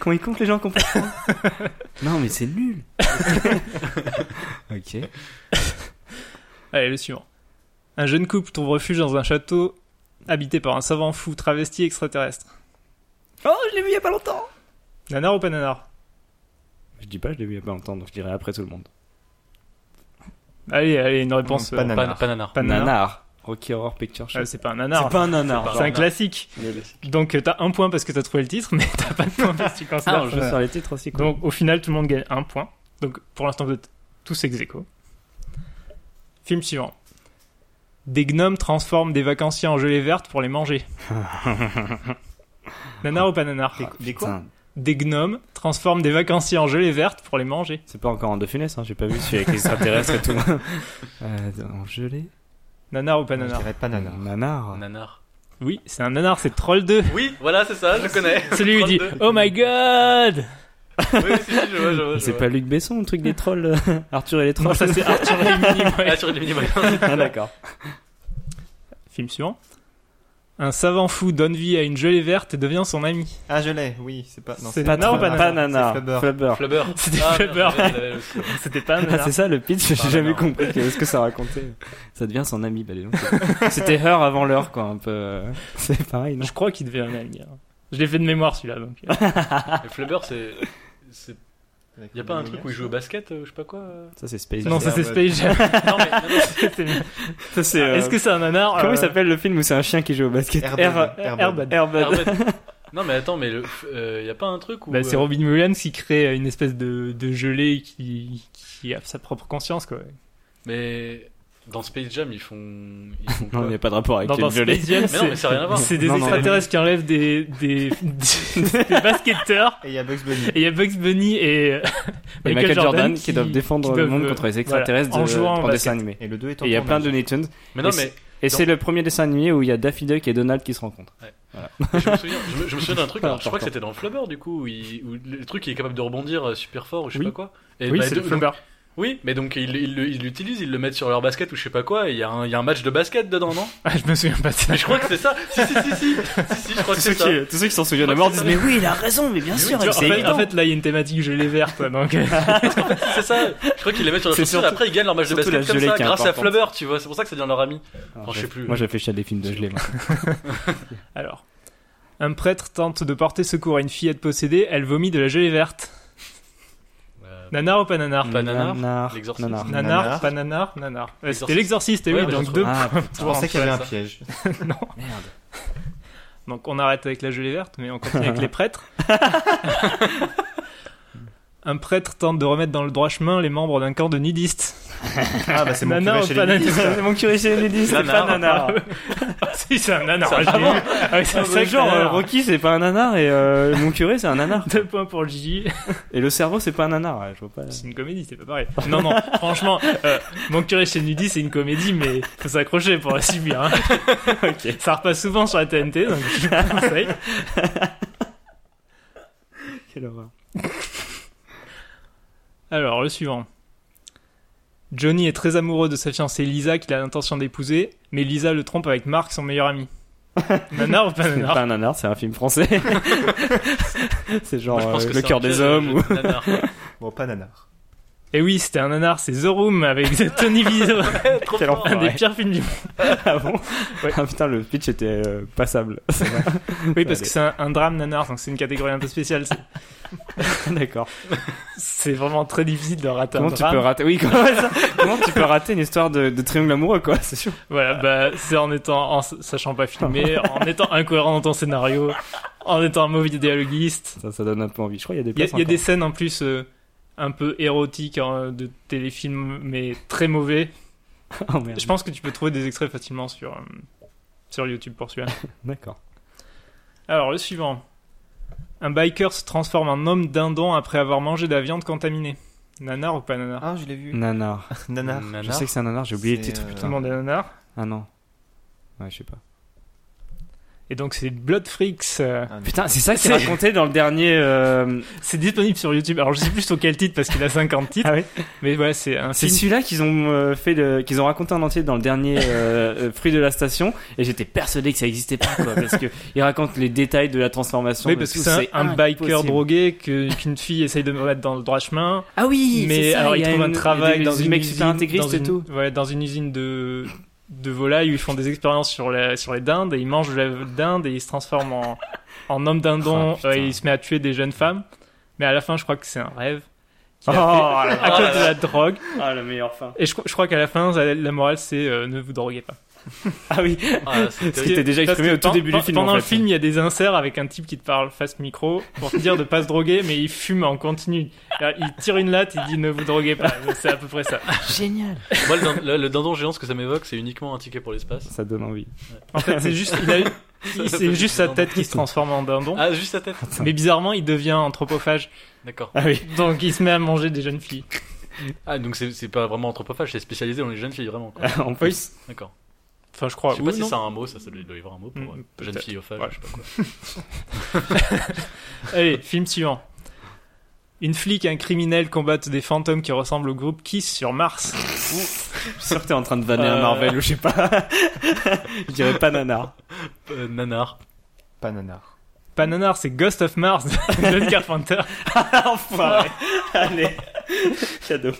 Speaker 1: comment il compte les gens comprennent pas. <laughs> Non mais c'est <laughs> nul. ok.
Speaker 2: Allez, le suivant. Un jeune couple trouve refuge dans un château habité par un savant fou travesti extraterrestre.
Speaker 1: Oh, je l'ai vu il y a pas longtemps.
Speaker 2: Nanar ou pas nanar
Speaker 1: Je dis pas, je l'ai vu il y a pas longtemps, donc je dirais après tout le monde.
Speaker 2: Allez, allez, une réponse.
Speaker 3: Pas
Speaker 2: euh,
Speaker 3: nanar.
Speaker 4: Pas, pas nanar.
Speaker 2: pas nanar.
Speaker 1: Rocky Horror Picture Show.
Speaker 2: Ah, c'est pas un
Speaker 1: c'est
Speaker 2: nanar.
Speaker 1: pas un nanar.
Speaker 4: pas
Speaker 2: C'est un classique. Donc euh, t'as un point parce que t'as trouvé le titre, <laughs> mais t'as pas de point parce que tu
Speaker 1: Ah,
Speaker 2: considères.
Speaker 1: je sors les titres aussi. Quoi.
Speaker 2: Donc au final, tout le monde gagne un point. Donc pour l'instant, vous êtes tous ex aequo. Film suivant. Des gnomes transforment des vacanciers en gelée verte pour les <laughs> manger. nanar ou pas nanar
Speaker 3: Des quoi
Speaker 1: Putain,
Speaker 2: Des gnomes transforment des vacanciers en gelée verte pour les manger.
Speaker 1: c'est pas encore en deux funès, hein, j'ai pas vu celui <laughs> avec les extraterrestres et tout. euh, en gelée
Speaker 2: Nanar ou pas
Speaker 3: Je
Speaker 2: nanar
Speaker 3: dirais pas nanar.
Speaker 1: Nanar.
Speaker 4: Nanar.
Speaker 2: Oui, c'est un nanar, c'est Troll 2.
Speaker 4: Oui, voilà, c'est ça, je connais.
Speaker 2: Celui où il dit
Speaker 4: 32.
Speaker 2: Oh my god
Speaker 4: Oui, si, si, je vois, je vois. je
Speaker 1: C'est
Speaker 4: vois.
Speaker 1: pas Luc Besson, le truc des trolls euh, <laughs> Arthur et les trolls
Speaker 2: Non, ça c'est <laughs> Arthur et Emily, ouais.
Speaker 4: Ah, sur les mini
Speaker 1: Ah, d'accord.
Speaker 2: Film suivant. Un savant fou donne vie à une gelée verte et devient son ami.
Speaker 3: Ah, je l'ai, oui, c'est pas. Non,
Speaker 2: C'est
Speaker 3: c'est
Speaker 2: pas
Speaker 1: Nanar ou
Speaker 2: pas
Speaker 1: pas nanar
Speaker 3: C'est Flubber.
Speaker 1: Flubber.
Speaker 4: Flubber.
Speaker 2: C'était
Speaker 4: Ah, merde,
Speaker 2: Flubber.
Speaker 4: je l'avais aussi. hein.
Speaker 2: C'était pas <laughs> un
Speaker 1: Ah,
Speaker 2: nanar.
Speaker 1: c'est ça le pitch,
Speaker 4: Pas
Speaker 1: j'ai jamais
Speaker 4: nanar.
Speaker 1: compris que- ce que ça racontait. Ça devient son ami, bah dis donc, c'est- <laughs> C'était Heur avant l'heure, quoi, un peu. euh, C'est pareil, non
Speaker 2: Je crois qu'il devait un ami. hein. Je l'ai fait de mémoire celui-là. Donc. <laughs> euh.
Speaker 4: Mais Flubber, c'est. c'est- Y a pas un truc où il joue au basket, euh, je sais pas quoi euh
Speaker 1: Ça, c'est Space Jam.
Speaker 2: non, ça c'est
Speaker 3: Mode.
Speaker 2: Space Jam.
Speaker 4: Non, mais non, non, c'est-
Speaker 2: C'était mieux.
Speaker 1: Ça, c'est. euh,
Speaker 2: Est-ce que c'est un nanar
Speaker 1: Comment
Speaker 2: euh,
Speaker 1: il s'appelle le film où c'est un chien qui joue au basket
Speaker 3: Airbud.
Speaker 2: Air-
Speaker 3: Airbud.
Speaker 2: Airbud.
Speaker 1: Airbud.
Speaker 4: Herbert. Non, mais attends, mais le... euh, y a pas un truc où.
Speaker 2: Bah, c'est
Speaker 4: euh,
Speaker 2: Robin Williams qui crée euh, une espèce de, de gelée qui, qui a sa propre conscience. Quoi.
Speaker 4: Mais dans Space Jam, ils font. Ils font
Speaker 1: Non, il
Speaker 4: quoi
Speaker 1: n'y a pas de rapport avec
Speaker 2: Dans,
Speaker 1: une
Speaker 2: dans
Speaker 1: violée.
Speaker 2: Space Jam,
Speaker 4: Mais non, mais ça a rien à voir.
Speaker 2: c'est des
Speaker 1: Non, non.
Speaker 2: extraterrestres qui enlèvent des, des, <laughs> des- des basketteurs.
Speaker 3: Et il y a Bugs Bunny.
Speaker 2: Et il y a Bugs Bunny et, euh, <laughs>
Speaker 1: Et Michael Jordan qui doivent défendre
Speaker 2: qui
Speaker 1: le
Speaker 2: doivent,
Speaker 1: monde
Speaker 2: euh,
Speaker 1: contre les extraterrestres
Speaker 2: voilà, en
Speaker 1: de-
Speaker 2: jouant au
Speaker 1: en bah,
Speaker 2: basket.
Speaker 1: dessin animé.
Speaker 3: Et le 2 est en
Speaker 1: Et il y a plein
Speaker 3: tournage.
Speaker 1: de Looney Tunes.
Speaker 4: Mais non,
Speaker 1: Et
Speaker 4: mais
Speaker 1: Et
Speaker 4: Dans-
Speaker 1: c'est le premier dessin animé où il y a Daffy Duck et Donald qui se rencontrent.
Speaker 4: je me souviens, je me, je me souviens d'un truc, alors, je crois que
Speaker 1: Important.
Speaker 4: c'était dans Flubber du coup, où, il- où le truc il est capable de rebondir euh, super fort ou je sais
Speaker 2: Oui.
Speaker 4: pas quoi. Et
Speaker 2: Oui,
Speaker 4: bah,
Speaker 2: c'est
Speaker 4: de-
Speaker 2: le Flubber.
Speaker 4: oui, mais donc ils il, l'utilisent, ils le mettent sur leur basket ou je sais pas quoi, et il y, a un- il y a un match de basket dedans, non
Speaker 2: <laughs> Ah, je me souviens pas de ça.
Speaker 4: Mais je crois que c'est ça Si, si, si, si, si, si, je crois que c'est ça.
Speaker 1: tous ceux qui s'en souviennent
Speaker 4: à mort disent, mais
Speaker 1: oui, il a raison, Ah, mais bien
Speaker 4: sûr,
Speaker 2: Tu vois, en, fait, en fait, là, il y a une thématique gelée verte, quoi, donc euh,
Speaker 4: C'est ça, je crois qu'ils les mettent sur leur
Speaker 1: C'est
Speaker 4: chaussure et
Speaker 1: surtout-
Speaker 4: après ils gagnent leur match de
Speaker 1: surtout la
Speaker 4: basket comme
Speaker 1: gelée
Speaker 4: ça,
Speaker 1: qui est
Speaker 4: grâce à
Speaker 1: importante.
Speaker 4: Flubber, tu vois, c'est pour ça que ça devient leur ami. Enfin, je sais plus.
Speaker 1: Moi, je réfléchis à des films de
Speaker 4: <laughs>
Speaker 1: gelée. moi.
Speaker 2: Alors. Un prêtre tente de porter secours à une fillette possédée, elle vomit de la gelée verte.
Speaker 4: Euh,
Speaker 2: Nanar ou pas nanar
Speaker 4: Pas nanar,
Speaker 1: Nanar,
Speaker 4: l'exorciste.
Speaker 1: nanar.
Speaker 2: Nanar,
Speaker 3: Nanar.
Speaker 2: pas nanar, nanar. Ouais, C'était
Speaker 4: L'exorciste.
Speaker 2: l'exorciste, et
Speaker 4: Ouais,
Speaker 2: oui,
Speaker 4: bah,
Speaker 2: donc
Speaker 4: j'en
Speaker 2: deux.
Speaker 1: <laughs> Ah,
Speaker 3: Je pensais qu'il y avait un piège.
Speaker 1: merde.
Speaker 2: Donc on arrête avec la gelée verte, mais on continue
Speaker 3: <laughs>
Speaker 2: avec les prêtres. Un prêtre tente de remettre dans le droit chemin les membres d'un camp de nudistes.
Speaker 3: Ah, bah c'est mon
Speaker 2: Nanar
Speaker 3: curé
Speaker 2: ou
Speaker 3: chez
Speaker 2: pas
Speaker 3: les nudistes.
Speaker 2: <laughs> nanar
Speaker 1: C'est mon curé chez les nudistes, c'est pas
Speaker 4: Nanar.
Speaker 1: nanar.
Speaker 4: <laughs>
Speaker 2: Ah, si, <laughs> c'est un nanar.
Speaker 4: C'est un
Speaker 2: j'ai
Speaker 4: nanar.
Speaker 2: eu. Ah oui, c'est un
Speaker 1: Ah, bah,
Speaker 2: sacré
Speaker 1: genre, euh,
Speaker 2: nanar.
Speaker 1: Rocky, c'est pas un nanar et euh, mon curé, c'est un nanar.
Speaker 2: Deux points pour Gigi.
Speaker 1: Et le cerveau, c'est pas un nanar. ouais, Je vois pas.
Speaker 2: C'est une comédie, c'est pas pareil. Non, non, <laughs> franchement, euh, Mon curé chez Nudie, c'est une comédie, mais faut s'accrocher pour la subir.
Speaker 1: <laughs>
Speaker 2: Hein. Ça repasse souvent sur la TNT, donc je vous conseille.
Speaker 1: Quelle horreur.
Speaker 2: Alors, le suivant. Johnny est très amoureux de sa fiancée Lisa qu'il a l'intention d'épouser, mais Lisa le trompe avec Marc, son meilleur
Speaker 1: <laughs>
Speaker 2: ami. Nanar ou pas
Speaker 1: C'est pas
Speaker 2: nanar
Speaker 1: un nanar, c'est un film français. <laughs> c'est genre
Speaker 4: moi, je pense
Speaker 1: euh,
Speaker 4: que
Speaker 1: Le
Speaker 4: c'est un
Speaker 1: cœur
Speaker 4: piège,
Speaker 1: des hommes.
Speaker 4: euh,
Speaker 1: ou-
Speaker 4: nanar.
Speaker 3: <laughs> Bon, pas nanar.
Speaker 2: Et Eh oui, c'était un nanar, c'est The Room avec Tony
Speaker 1: <laughs>
Speaker 2: Vizzo,
Speaker 4: Ouais,
Speaker 1: <laughs>
Speaker 4: Trop
Speaker 1: Quel
Speaker 4: fort.
Speaker 2: un des
Speaker 1: Ouais.
Speaker 2: pires films du monde.
Speaker 1: Ah bon
Speaker 2: Ouais.
Speaker 1: Ah putain, le pitch était euh, passable.
Speaker 2: Oui, parce
Speaker 1: Allez.
Speaker 2: que c'est un, un drame nanar, donc c'est une catégorie un peu spéciale.
Speaker 1: <laughs>
Speaker 2: C'est-
Speaker 1: D'accord.
Speaker 2: C'est vraiment très difficile de rater
Speaker 1: Comment
Speaker 2: un
Speaker 1: tu
Speaker 2: drame.
Speaker 1: peux rater Oui, comment, ça comment tu peux rater une histoire de, de triangle amoureux, quoi C'est sûr.
Speaker 2: Voilà, bah, c'est en étant, en s- sachant
Speaker 1: <laughs>
Speaker 2: pas filmer, en étant incohérent dans ton scénario, en étant un mauvais dialoguiste.
Speaker 1: Ça, ça donne un peu envie. Je crois qu'il y a des
Speaker 2: Il y a,
Speaker 1: places
Speaker 2: il y a des
Speaker 1: encore.
Speaker 2: scènes en plus euh, un peu érotiques hein, de téléfilms, mais très mauvais.
Speaker 1: <laughs> Oh, merde.
Speaker 2: Je pense que tu peux trouver des extraits facilement sur, euh, sur YouTube pour celui-là.
Speaker 1: D'accord.
Speaker 2: Alors, le suivant. Un biker se transforme en homme dindon après avoir mangé de la viande contaminée. Nanar ou pas nanar
Speaker 3: Ah, je l'ai vu.
Speaker 1: Nanar.
Speaker 3: Nanar.
Speaker 1: Je sais que c'est un nanar, j'ai oublié le
Speaker 3: C'est,
Speaker 1: titre,
Speaker 3: euh,
Speaker 1: putain.
Speaker 2: Tout le monde est nanar.
Speaker 1: Ah non. Ouais, je sais pas.
Speaker 2: Et donc c'est Blood Freaks. euh,
Speaker 3: Ah,
Speaker 1: Putain, c'est ça qui est
Speaker 2: C'est-
Speaker 1: raconté dans le dernier. euh,
Speaker 2: C'est disponible sur YouTube. Alors je sais plus sur quel titre parce qu'il a 50 titres.
Speaker 1: Ah ouais
Speaker 2: Mais voilà, c'est un
Speaker 1: C'est
Speaker 2: film.
Speaker 1: celui-là qu'ils ont euh, fait, le- qu'ils ont raconté en entier dans le dernier euh, euh, Fruit de la station, et j'étais persuadé que ça existait pas, quoi, parce <laughs> que ils racontent les détails de la transformation.
Speaker 2: Oui,
Speaker 1: de
Speaker 2: parce que
Speaker 1: tout,
Speaker 2: c'est un, un biker
Speaker 1: impossible.
Speaker 2: drogué que- qu'une fille essaye de mettre dans le droit chemin.
Speaker 1: Ah oui,
Speaker 2: mais
Speaker 1: c'est ça,
Speaker 2: alors il,
Speaker 1: y a
Speaker 2: trouve un
Speaker 1: une-
Speaker 2: travail
Speaker 1: des-
Speaker 2: dans
Speaker 1: des
Speaker 2: une
Speaker 1: mecs
Speaker 2: usine,
Speaker 1: super intégristes
Speaker 2: dans
Speaker 1: et
Speaker 2: une-
Speaker 1: tout.
Speaker 2: ouais, dans une usine de de volailles où ils font des expériences sur la sur les dindes et ils mangent de la dinde et ils se transforment en en homme dindon
Speaker 1: Ah, putain.
Speaker 2: euh, et il se met à tuer des jeunes femmes. Mais à la fin, je crois que c'est un rêve qu'il a
Speaker 1: Oh,
Speaker 2: fait
Speaker 1: là
Speaker 2: à
Speaker 1: là.
Speaker 2: cause de la drogue.
Speaker 1: Ah, la meilleure fin.
Speaker 2: Et je, crois- je crois qu'à la fin, la, la morale c'est euh, ne vous droguez pas.
Speaker 1: <laughs> Ah oui,
Speaker 4: Ah, c'est
Speaker 1: ce
Speaker 4: terrible.
Speaker 1: qui était déjà
Speaker 2: Parce
Speaker 1: exprimé
Speaker 2: que
Speaker 1: au tout
Speaker 2: pen-
Speaker 1: début du
Speaker 2: pen-
Speaker 1: film.
Speaker 2: Pendant
Speaker 1: en
Speaker 2: le
Speaker 1: fait.
Speaker 2: film, il y a des inserts avec un type qui te parle face micro pour te dire de pas se droguer, mais il fume en continu. Alors, il tire une latte, il dit ne vous droguez pas. C'est à peu près ça.
Speaker 1: Génial.
Speaker 4: Moi, le, din- le- le dindon géant, ce que ça m'évoque, c'est uniquement un ticket
Speaker 1: <laughs>
Speaker 4: pour l'espace.
Speaker 1: Ça donne envie.
Speaker 2: En fait, c'est juste, il
Speaker 1: <laughs>
Speaker 2: a eu- il- c'est juste sa tête qui se transforme en dindon.
Speaker 4: Ah, juste sa tête.
Speaker 2: Mais bizarrement, il devient anthropophage.
Speaker 4: D'accord.
Speaker 1: Ah oui.
Speaker 2: Donc, il se met à manger des jeunes filles.
Speaker 4: Ah, donc c'est c'est pas vraiment anthropophage, c'est spécialisé dans les jeunes filles, vraiment. quoi.
Speaker 1: en plus.
Speaker 4: D'accord.
Speaker 2: Enfin, je
Speaker 4: Je
Speaker 2: crois.
Speaker 4: sais pas
Speaker 2: oui,
Speaker 4: si
Speaker 2: non.
Speaker 4: ça a un mot, ça, ça doit doit y avoir un mot pour
Speaker 2: Mm,
Speaker 4: euh, jeune
Speaker 2: peut-être.
Speaker 4: fille au phage,
Speaker 2: Ouais.
Speaker 4: je sais pas quoi.
Speaker 2: Allez, film suivant. Une flic et un criminel combattent des fantômes qui ressemblent au groupe Kiss sur Mars.
Speaker 1: <laughs> Je suis sûr que t'es en train de vanner un
Speaker 2: Euh.
Speaker 1: Marvel ou je sais pas. <laughs> je dirais pas <laughs> nanar.
Speaker 4: Euh, nanar.
Speaker 3: Pas nanar.
Speaker 2: Pas nanar, c'est Ghost of Mars
Speaker 1: <laughs>
Speaker 2: de John Carpenter.
Speaker 1: Ah, Enfoiré. <laughs> Allez. Cadeau.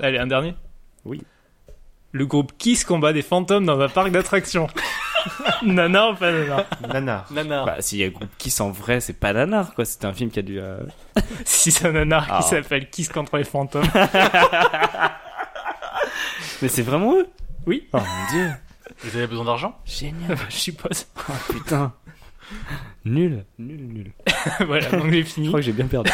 Speaker 2: Allez, un dernier
Speaker 1: Oui.
Speaker 2: Le groupe Kiss combat des fantômes dans un parc
Speaker 1: <laughs>
Speaker 2: d'attractions. nanar ou pas nanar
Speaker 1: Ah.
Speaker 3: Nanar.
Speaker 4: Nanar.
Speaker 1: Bah, s'il y a groupe Kiss en vrai, c'est pas nanar, quoi. C'était un film qui a dû. euh,
Speaker 2: Si c'est un nanar
Speaker 1: Ah.
Speaker 2: qui s'appelle Kiss contre
Speaker 1: <laughs>
Speaker 2: les fantômes. bah,
Speaker 1: Mais c'est vraiment eux
Speaker 2: Oui.
Speaker 1: Oh mon dieu.
Speaker 4: Vous avez besoin d'argent
Speaker 1: Génial.
Speaker 2: Je suppose.
Speaker 1: <laughs>
Speaker 2: <laughs>
Speaker 1: Oh putain. Nul. Nul, nul.
Speaker 2: voilà, donc j'ai
Speaker 1: Je
Speaker 2: fini.
Speaker 1: crois que j'ai bien <laughs> perdu.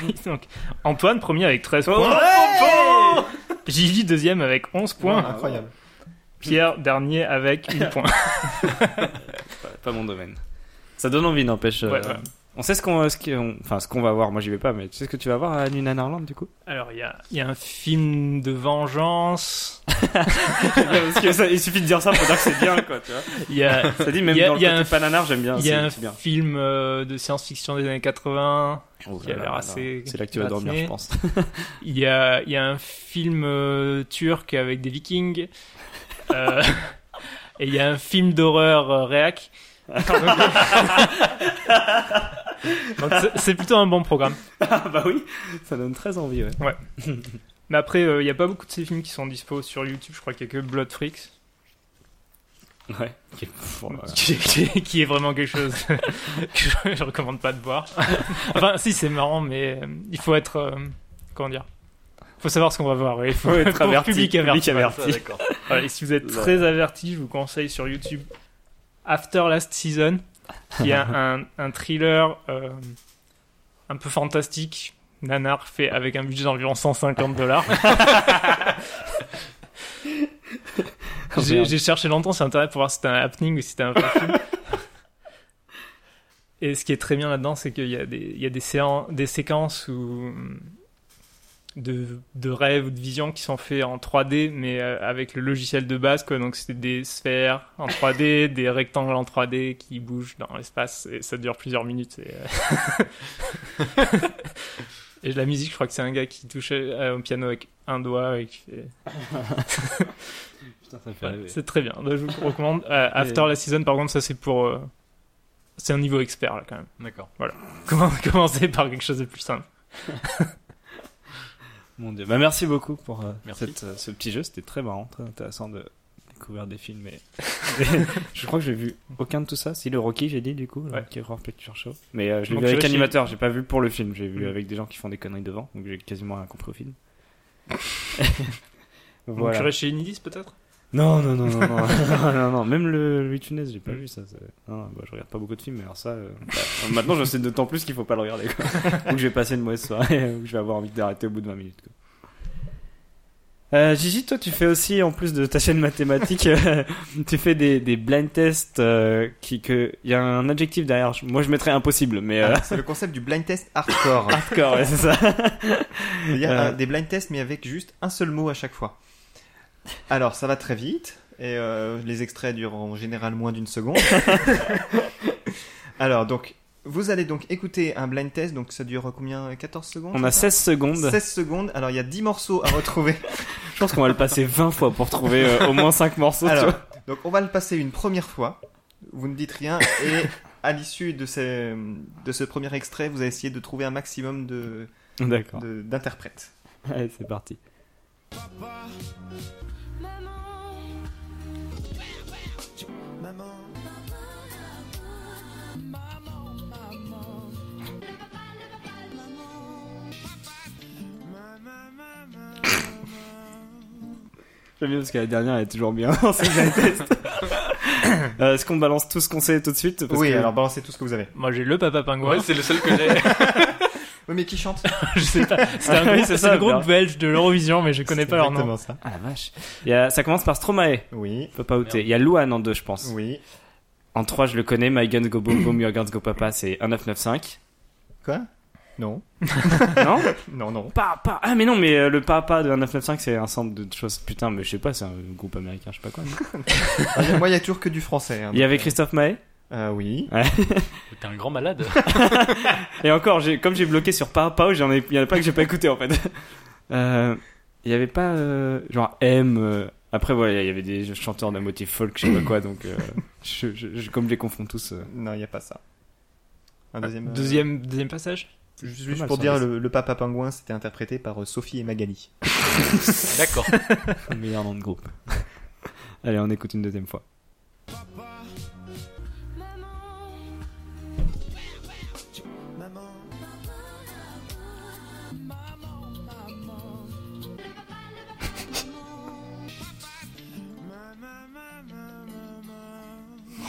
Speaker 2: Oui, donc Antoine, premier avec 13
Speaker 1: Oh,
Speaker 2: points. Gigi, deuxième avec 11 points.
Speaker 3: Incroyable.
Speaker 2: Pierre, dernier
Speaker 1: <laughs>
Speaker 2: avec 1 point.
Speaker 1: pas mon domaine. Ça donne envie, n'empêche. euh,
Speaker 2: Ouais, ouais.
Speaker 1: On sait ce qu'on, ce qu'on, enfin, ce qu'on va voir. Moi, j'y vais pas, mais tu sais ce que tu vas voir à Nina Narland, du coup
Speaker 2: Alors, il y a, il y a un film de vengeance.
Speaker 1: Parce que ça- il suffit de dire ça pour dire que c'est bien, quoi. Tu vois
Speaker 2: Il
Speaker 1: <laughs>
Speaker 2: y a,
Speaker 1: ça dit même
Speaker 2: Il y a-
Speaker 1: dans le
Speaker 2: il y a
Speaker 1: côté
Speaker 2: un-
Speaker 1: pas nanar, j'aime bien.
Speaker 2: il y a
Speaker 1: c'est-
Speaker 2: un
Speaker 1: c'est bien.
Speaker 2: film euh, de science-fiction des années 80.
Speaker 1: Oh
Speaker 2: qui
Speaker 1: là
Speaker 2: a
Speaker 1: là
Speaker 2: l'air
Speaker 1: là
Speaker 2: assez
Speaker 1: là. C'est là que tu vas dormir,
Speaker 2: gratiné.
Speaker 1: je pense.
Speaker 2: Il y a, il y a un film euh, turc avec des vikings. Euh, <laughs> et il y a un film d'horreur euh, réac. <laughs> Donc, c'est- c'est plutôt un bon programme.
Speaker 1: ah bah oui, ça donne très envie. Ouais.
Speaker 2: Mais après, euh, il n'y a pas beaucoup de ces films qui sont dispo sur YouTube. Je crois qu'il n'y a que Blood Freaks,
Speaker 1: bah, Ouais. Ok, pff, voilà.
Speaker 2: qui, qui- qui est vraiment quelque chose <laughs> que je, je recommande pas de voir. Enfin, si, c'est marrant, mais euh, il faut être. euh, comment dire faut savoir ce qu'on va voir. ouais. Il faut,
Speaker 1: Faut être
Speaker 2: pour
Speaker 1: averti,
Speaker 2: Public
Speaker 1: public hein.
Speaker 2: averti.
Speaker 1: averti.
Speaker 4: Ah, d'accord.
Speaker 2: Voilà, et si vous êtes
Speaker 1: Ouais.
Speaker 2: très averti, je vous conseille sur YouTube After Last Season, qui est un, un- un thriller euh, un peu fantastique, nanar, fait avec un budget d'environ 150 dollars. J'ai j'ai cherché longtemps sur internet pour voir si c'était un happening ou si c'était un vrai film. Et ce qui est très bien là-dedans, c'est qu'il y a des, il y a des, séan- des séquences où, de, de rêves ou de visions qui sont faits en 3D, mais euh, avec le logiciel de base. Quoi. Donc, c'est des sphères en 3D, <laughs> des rectangles en 3D qui bougent dans l'espace. Et ça dure plusieurs minutes. Et, euh, <laughs> et la musique, je crois que c'est un gars qui touche euh, au piano avec un doigt. Et qui fait-
Speaker 1: <laughs> Putain, ça me fait
Speaker 2: Ouais,
Speaker 1: rêver.
Speaker 2: c'est très bien. Donc, je vous recommande.
Speaker 1: <laughs>
Speaker 2: Euh, After la season, par contre, ça c'est pour. euh, C'est un niveau expert là quand même. <laughs>
Speaker 4: D'accord.
Speaker 2: Comment commencer par quelque chose de plus simple
Speaker 1: Mon dieu. Bah, merci beaucoup pour euh,
Speaker 4: Merci.
Speaker 1: cette, euh, ce petit jeu. C'était très marrant, très intéressant de découvrir des films. <laughs> Et... je crois que j'ai vu aucun de tout ça. Si le Rocky, j'ai dit du coup,
Speaker 2: Ouais.
Speaker 1: qui est Horror Picture Show. Mais euh, je l'ai
Speaker 2: Donc,
Speaker 1: vu avec
Speaker 2: tu vois,
Speaker 1: animateur. J'ai Mm. pas vu pour le film. J'ai vu
Speaker 2: Mhm.
Speaker 1: avec des gens qui font des conneries devant. Donc j'ai quasiment rien compris au <laughs> film.
Speaker 2: Donc,
Speaker 1: voilà.
Speaker 2: j'irai chez Inidis peut-être
Speaker 1: Non, non, non, non, non, <laughs> Mm. non, non, non. Même le Louis de Funès, j'ai pas vu ça. c'est- Non, non, bah, je regarde pas beaucoup de films, mais alors ça, euh, bah, maintenant je sais d'autant plus qu'il faut pas le regarder. <laughs> Quoi. ou que je vais passer une mauvaise soirée, ou que je vais avoir envie d'arrêter au bout de 20 minutes. Quoi. Euh, Gigi, toi, tu fais aussi, en plus de ta chaîne mathématique, euh, <laughs> tu fais des, des blind tests. euh, qui que il y a un adjectif derrière. Je- Moi, je mettrais impossible, mais euh,
Speaker 3: Alors, c'est le concept du blind test hardcore.
Speaker 1: Hardcore, ouais, c'est ça.
Speaker 3: C'est-à-dire
Speaker 1: Euh.
Speaker 3: euh, des blind tests, mais avec juste un seul mot à chaque fois. Alors, ça va très vite, et euh, les extraits durent en général moins
Speaker 1: <laughs>
Speaker 3: d'une seconde. Alors, donc, vous allez donc écouter un blind test, donc ça dure combien 14 secondes
Speaker 1: on a
Speaker 3: c'est
Speaker 1: 16
Speaker 3: ça
Speaker 1: secondes.
Speaker 3: 16 secondes. Alors, il y a 10 morceaux
Speaker 1: <laughs>
Speaker 3: à retrouver.
Speaker 1: Je pense qu'on va le passer 20 fois pour trouver euh, au moins 5 morceaux. tu
Speaker 3: Alors,
Speaker 1: vois.
Speaker 3: donc on va le passer une première fois. Vous ne dites rien et à l'issue de, ces- de ce premier extrait, vous allez essayer de trouver un maximum de
Speaker 1: D'accord.
Speaker 3: de- d'interprètes.
Speaker 1: Allez, c'est parti. J'aime bien parce que la dernière elle est toujours bien. <laughs> c'est le blind
Speaker 3: <coughs>
Speaker 1: test. Euh, Est-ce qu'on balance tout ce qu'on sait tout de suite Parce
Speaker 3: oui,
Speaker 1: que-
Speaker 3: alors balancez tout ce que vous avez.
Speaker 2: Moi j'ai le Papa Pingouin.
Speaker 4: Ouais, c'est le seul que j'ai.
Speaker 3: Oui, mais qui chante
Speaker 2: je sais pas.
Speaker 1: <laughs>
Speaker 2: C'est un
Speaker 1: Oui,
Speaker 2: groupe,
Speaker 1: c'est
Speaker 2: c'est
Speaker 1: ça,
Speaker 2: le groupe
Speaker 1: bien.
Speaker 2: belge de l'Eurovision, mais je connais pas leur nom.
Speaker 3: Exactement ça.
Speaker 1: Ah la vache. Il y a- ça commence par Stromae.
Speaker 3: Oui,
Speaker 1: Je peux pas outer. Il y a Louane en deux, je pense.
Speaker 3: oui.
Speaker 1: En 3, je le connais. My Guns Go
Speaker 3: <coughs>
Speaker 1: Boom Boom, Your Guns Go Papa, c'est 1995.
Speaker 3: Quoi Non,
Speaker 1: <laughs> Non
Speaker 3: non, non.
Speaker 1: Pas, pas. Ah, mais non, mais euh, le papa de 1995, c'est un ensemble de choses. Putain, mais je sais pas, c'est un groupe américain, je sais pas quoi. non
Speaker 3: Ah, y a- Moi, il y a toujours que du français. hein,
Speaker 1: Il y
Speaker 3: donc,
Speaker 1: avait
Speaker 3: euh,
Speaker 1: Christophe Maé.
Speaker 3: euh, oui.
Speaker 4: <laughs> T'es un grand malade.
Speaker 1: Et encore, j'ai- comme j'ai bloqué sur Papa, j'en ai, il y en a pas que j'ai pas écouté en fait. <laughs> Euh, Il y avait pas euh, genre M. euh, Après, voilà, il y avait des chanteurs d'un motif folk, je sais <coughs> pas quoi, donc euh, je, je- je- comme je les confonds tous. euh,
Speaker 3: Non, il y a pas ça. Un deuxième. euh,
Speaker 2: Deuxième, deuxième passage
Speaker 1: Ah,
Speaker 3: Juste,
Speaker 1: pas mal,
Speaker 3: pour
Speaker 1: ça,
Speaker 3: dire,
Speaker 1: mais-
Speaker 3: le, le papa pingouin, c'était interprété par euh, Sophie et Magali.
Speaker 4: D'accord.
Speaker 1: le meilleur nom de groupe. <laughs> Allez, on écoute une deuxième fois.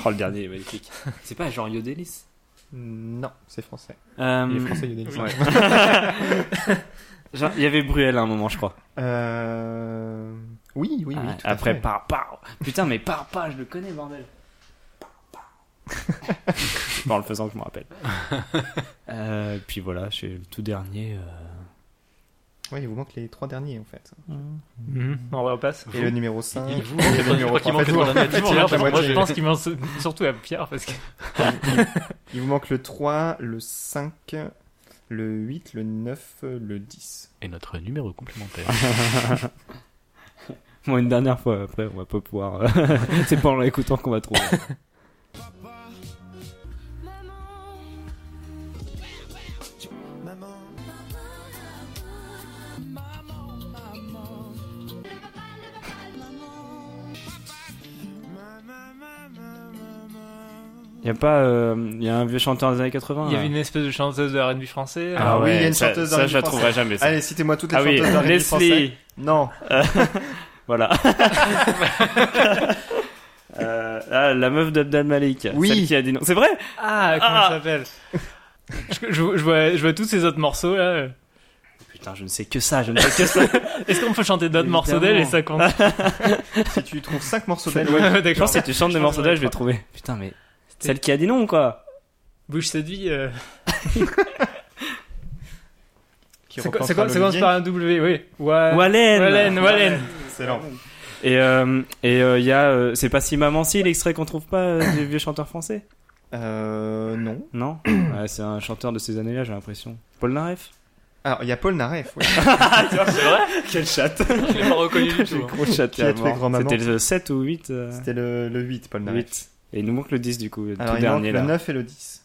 Speaker 1: Oh, le dernier est magnifique. C'est pas genre Yodelis
Speaker 3: Non, c'est français.
Speaker 1: euh,
Speaker 3: Il est français, il y a des
Speaker 1: ouais. <laughs> Genre, Il y avait Bruel à un moment, je crois.
Speaker 3: Euh... Oui, oui, oui.
Speaker 1: Ah,
Speaker 3: tout à
Speaker 1: après,
Speaker 3: fait.
Speaker 1: par par. Putain, mais par par, je le connais, <laughs> bordel. en le faisant que je me rappelle. <laughs> Euh, puis voilà, c'est le tout dernier. euh.
Speaker 3: Oui, il vous manque les trois derniers en fait.
Speaker 2: On repasse.
Speaker 3: Et le numéro 5.
Speaker 4: il vous-
Speaker 3: et
Speaker 4: je
Speaker 3: le
Speaker 4: crois
Speaker 3: numéro 3.
Speaker 4: qu'il manque le dernier.
Speaker 3: il,
Speaker 4: Moi,
Speaker 3: manque la
Speaker 4: je
Speaker 2: Moi,
Speaker 3: moitié.
Speaker 2: je pense qu'il m'en surtout à Pierre parce que
Speaker 3: Il vous manque le 3, le 5, le 8, le 9, le 10.
Speaker 4: Et notre numéro complémentaire.
Speaker 1: Bon, une dernière fois, après, on va pas pouvoir. euh, <laughs> c'est pas en l'écoutant qu'on va trouver. Y a pas, euh, y a un vieux chanteur des années euh. 80.
Speaker 2: il y avait
Speaker 1: là.
Speaker 2: une espèce de chanteuse de R&B français.
Speaker 3: Ah oui, il y a une
Speaker 1: ça-
Speaker 3: chanteuse
Speaker 1: ça,
Speaker 3: R&B
Speaker 1: je la
Speaker 3: française.
Speaker 1: trouverai jamais. ça.
Speaker 3: Allez, citez-moi toutes les
Speaker 1: ah oui,
Speaker 3: chanteuses d'origine française.
Speaker 1: Leslie.
Speaker 3: Non,
Speaker 1: Voilà.
Speaker 3: <laughs>
Speaker 1: Euh, ah, la meuf d'Abdel Malik.
Speaker 3: Oui.
Speaker 1: Celle qui a dit non. C'est vrai
Speaker 2: Ah, comment
Speaker 1: Ah.
Speaker 2: ça s'appelle je, je- je vois, je vois tous ces autres morceaux là.
Speaker 1: Putain, je ne sais que ça, je ne sais que ça.
Speaker 2: Est-ce qu'on peut chanter d'autres
Speaker 1: Évidemment.
Speaker 2: morceaux d'elle et ça compte
Speaker 3: si tu trouves 5 morceaux
Speaker 1: Ouais,
Speaker 3: d'elle,
Speaker 1: Je pense que si tu chantes des morceaux d'elle, je vais trouver. Putain, mais. Celle qui a dit non, quoi.
Speaker 2: Bouche séduit. euh,
Speaker 3: qui
Speaker 2: C'est quoi- c'est
Speaker 3: représentera
Speaker 2: quoi- ça commence
Speaker 3: l'Olivier.
Speaker 2: par un W, oui. Wa-
Speaker 1: Euh, Wallen.
Speaker 2: Wallen, Wallen.
Speaker 3: Excellent.
Speaker 1: Et euh, et euh, il y a. euh, c'est pas si maman si l'extrait qu'on trouve pas euh, du vieux chanteur français
Speaker 3: Euh, non.
Speaker 1: <coughs> Non Ouais, C'est un chanteur de ces années-là, j'ai l'impression. Paul Naref
Speaker 3: Alors, il y a Paul Naref, oui.
Speaker 1: Quel chat
Speaker 4: Je l'ai pas reconnu du tout.
Speaker 1: Gros chat,
Speaker 3: Qui a tué
Speaker 1: carrément.
Speaker 3: grand-maman
Speaker 1: C'était le 7 ou 8 euh,
Speaker 3: C'était le, le 8, Paul Naref.
Speaker 1: 8. Et il nous manque le 10 du coup, le
Speaker 3: Alors,
Speaker 1: tout
Speaker 3: il
Speaker 1: dernier
Speaker 3: manque
Speaker 1: là.
Speaker 3: le 9 et le 10.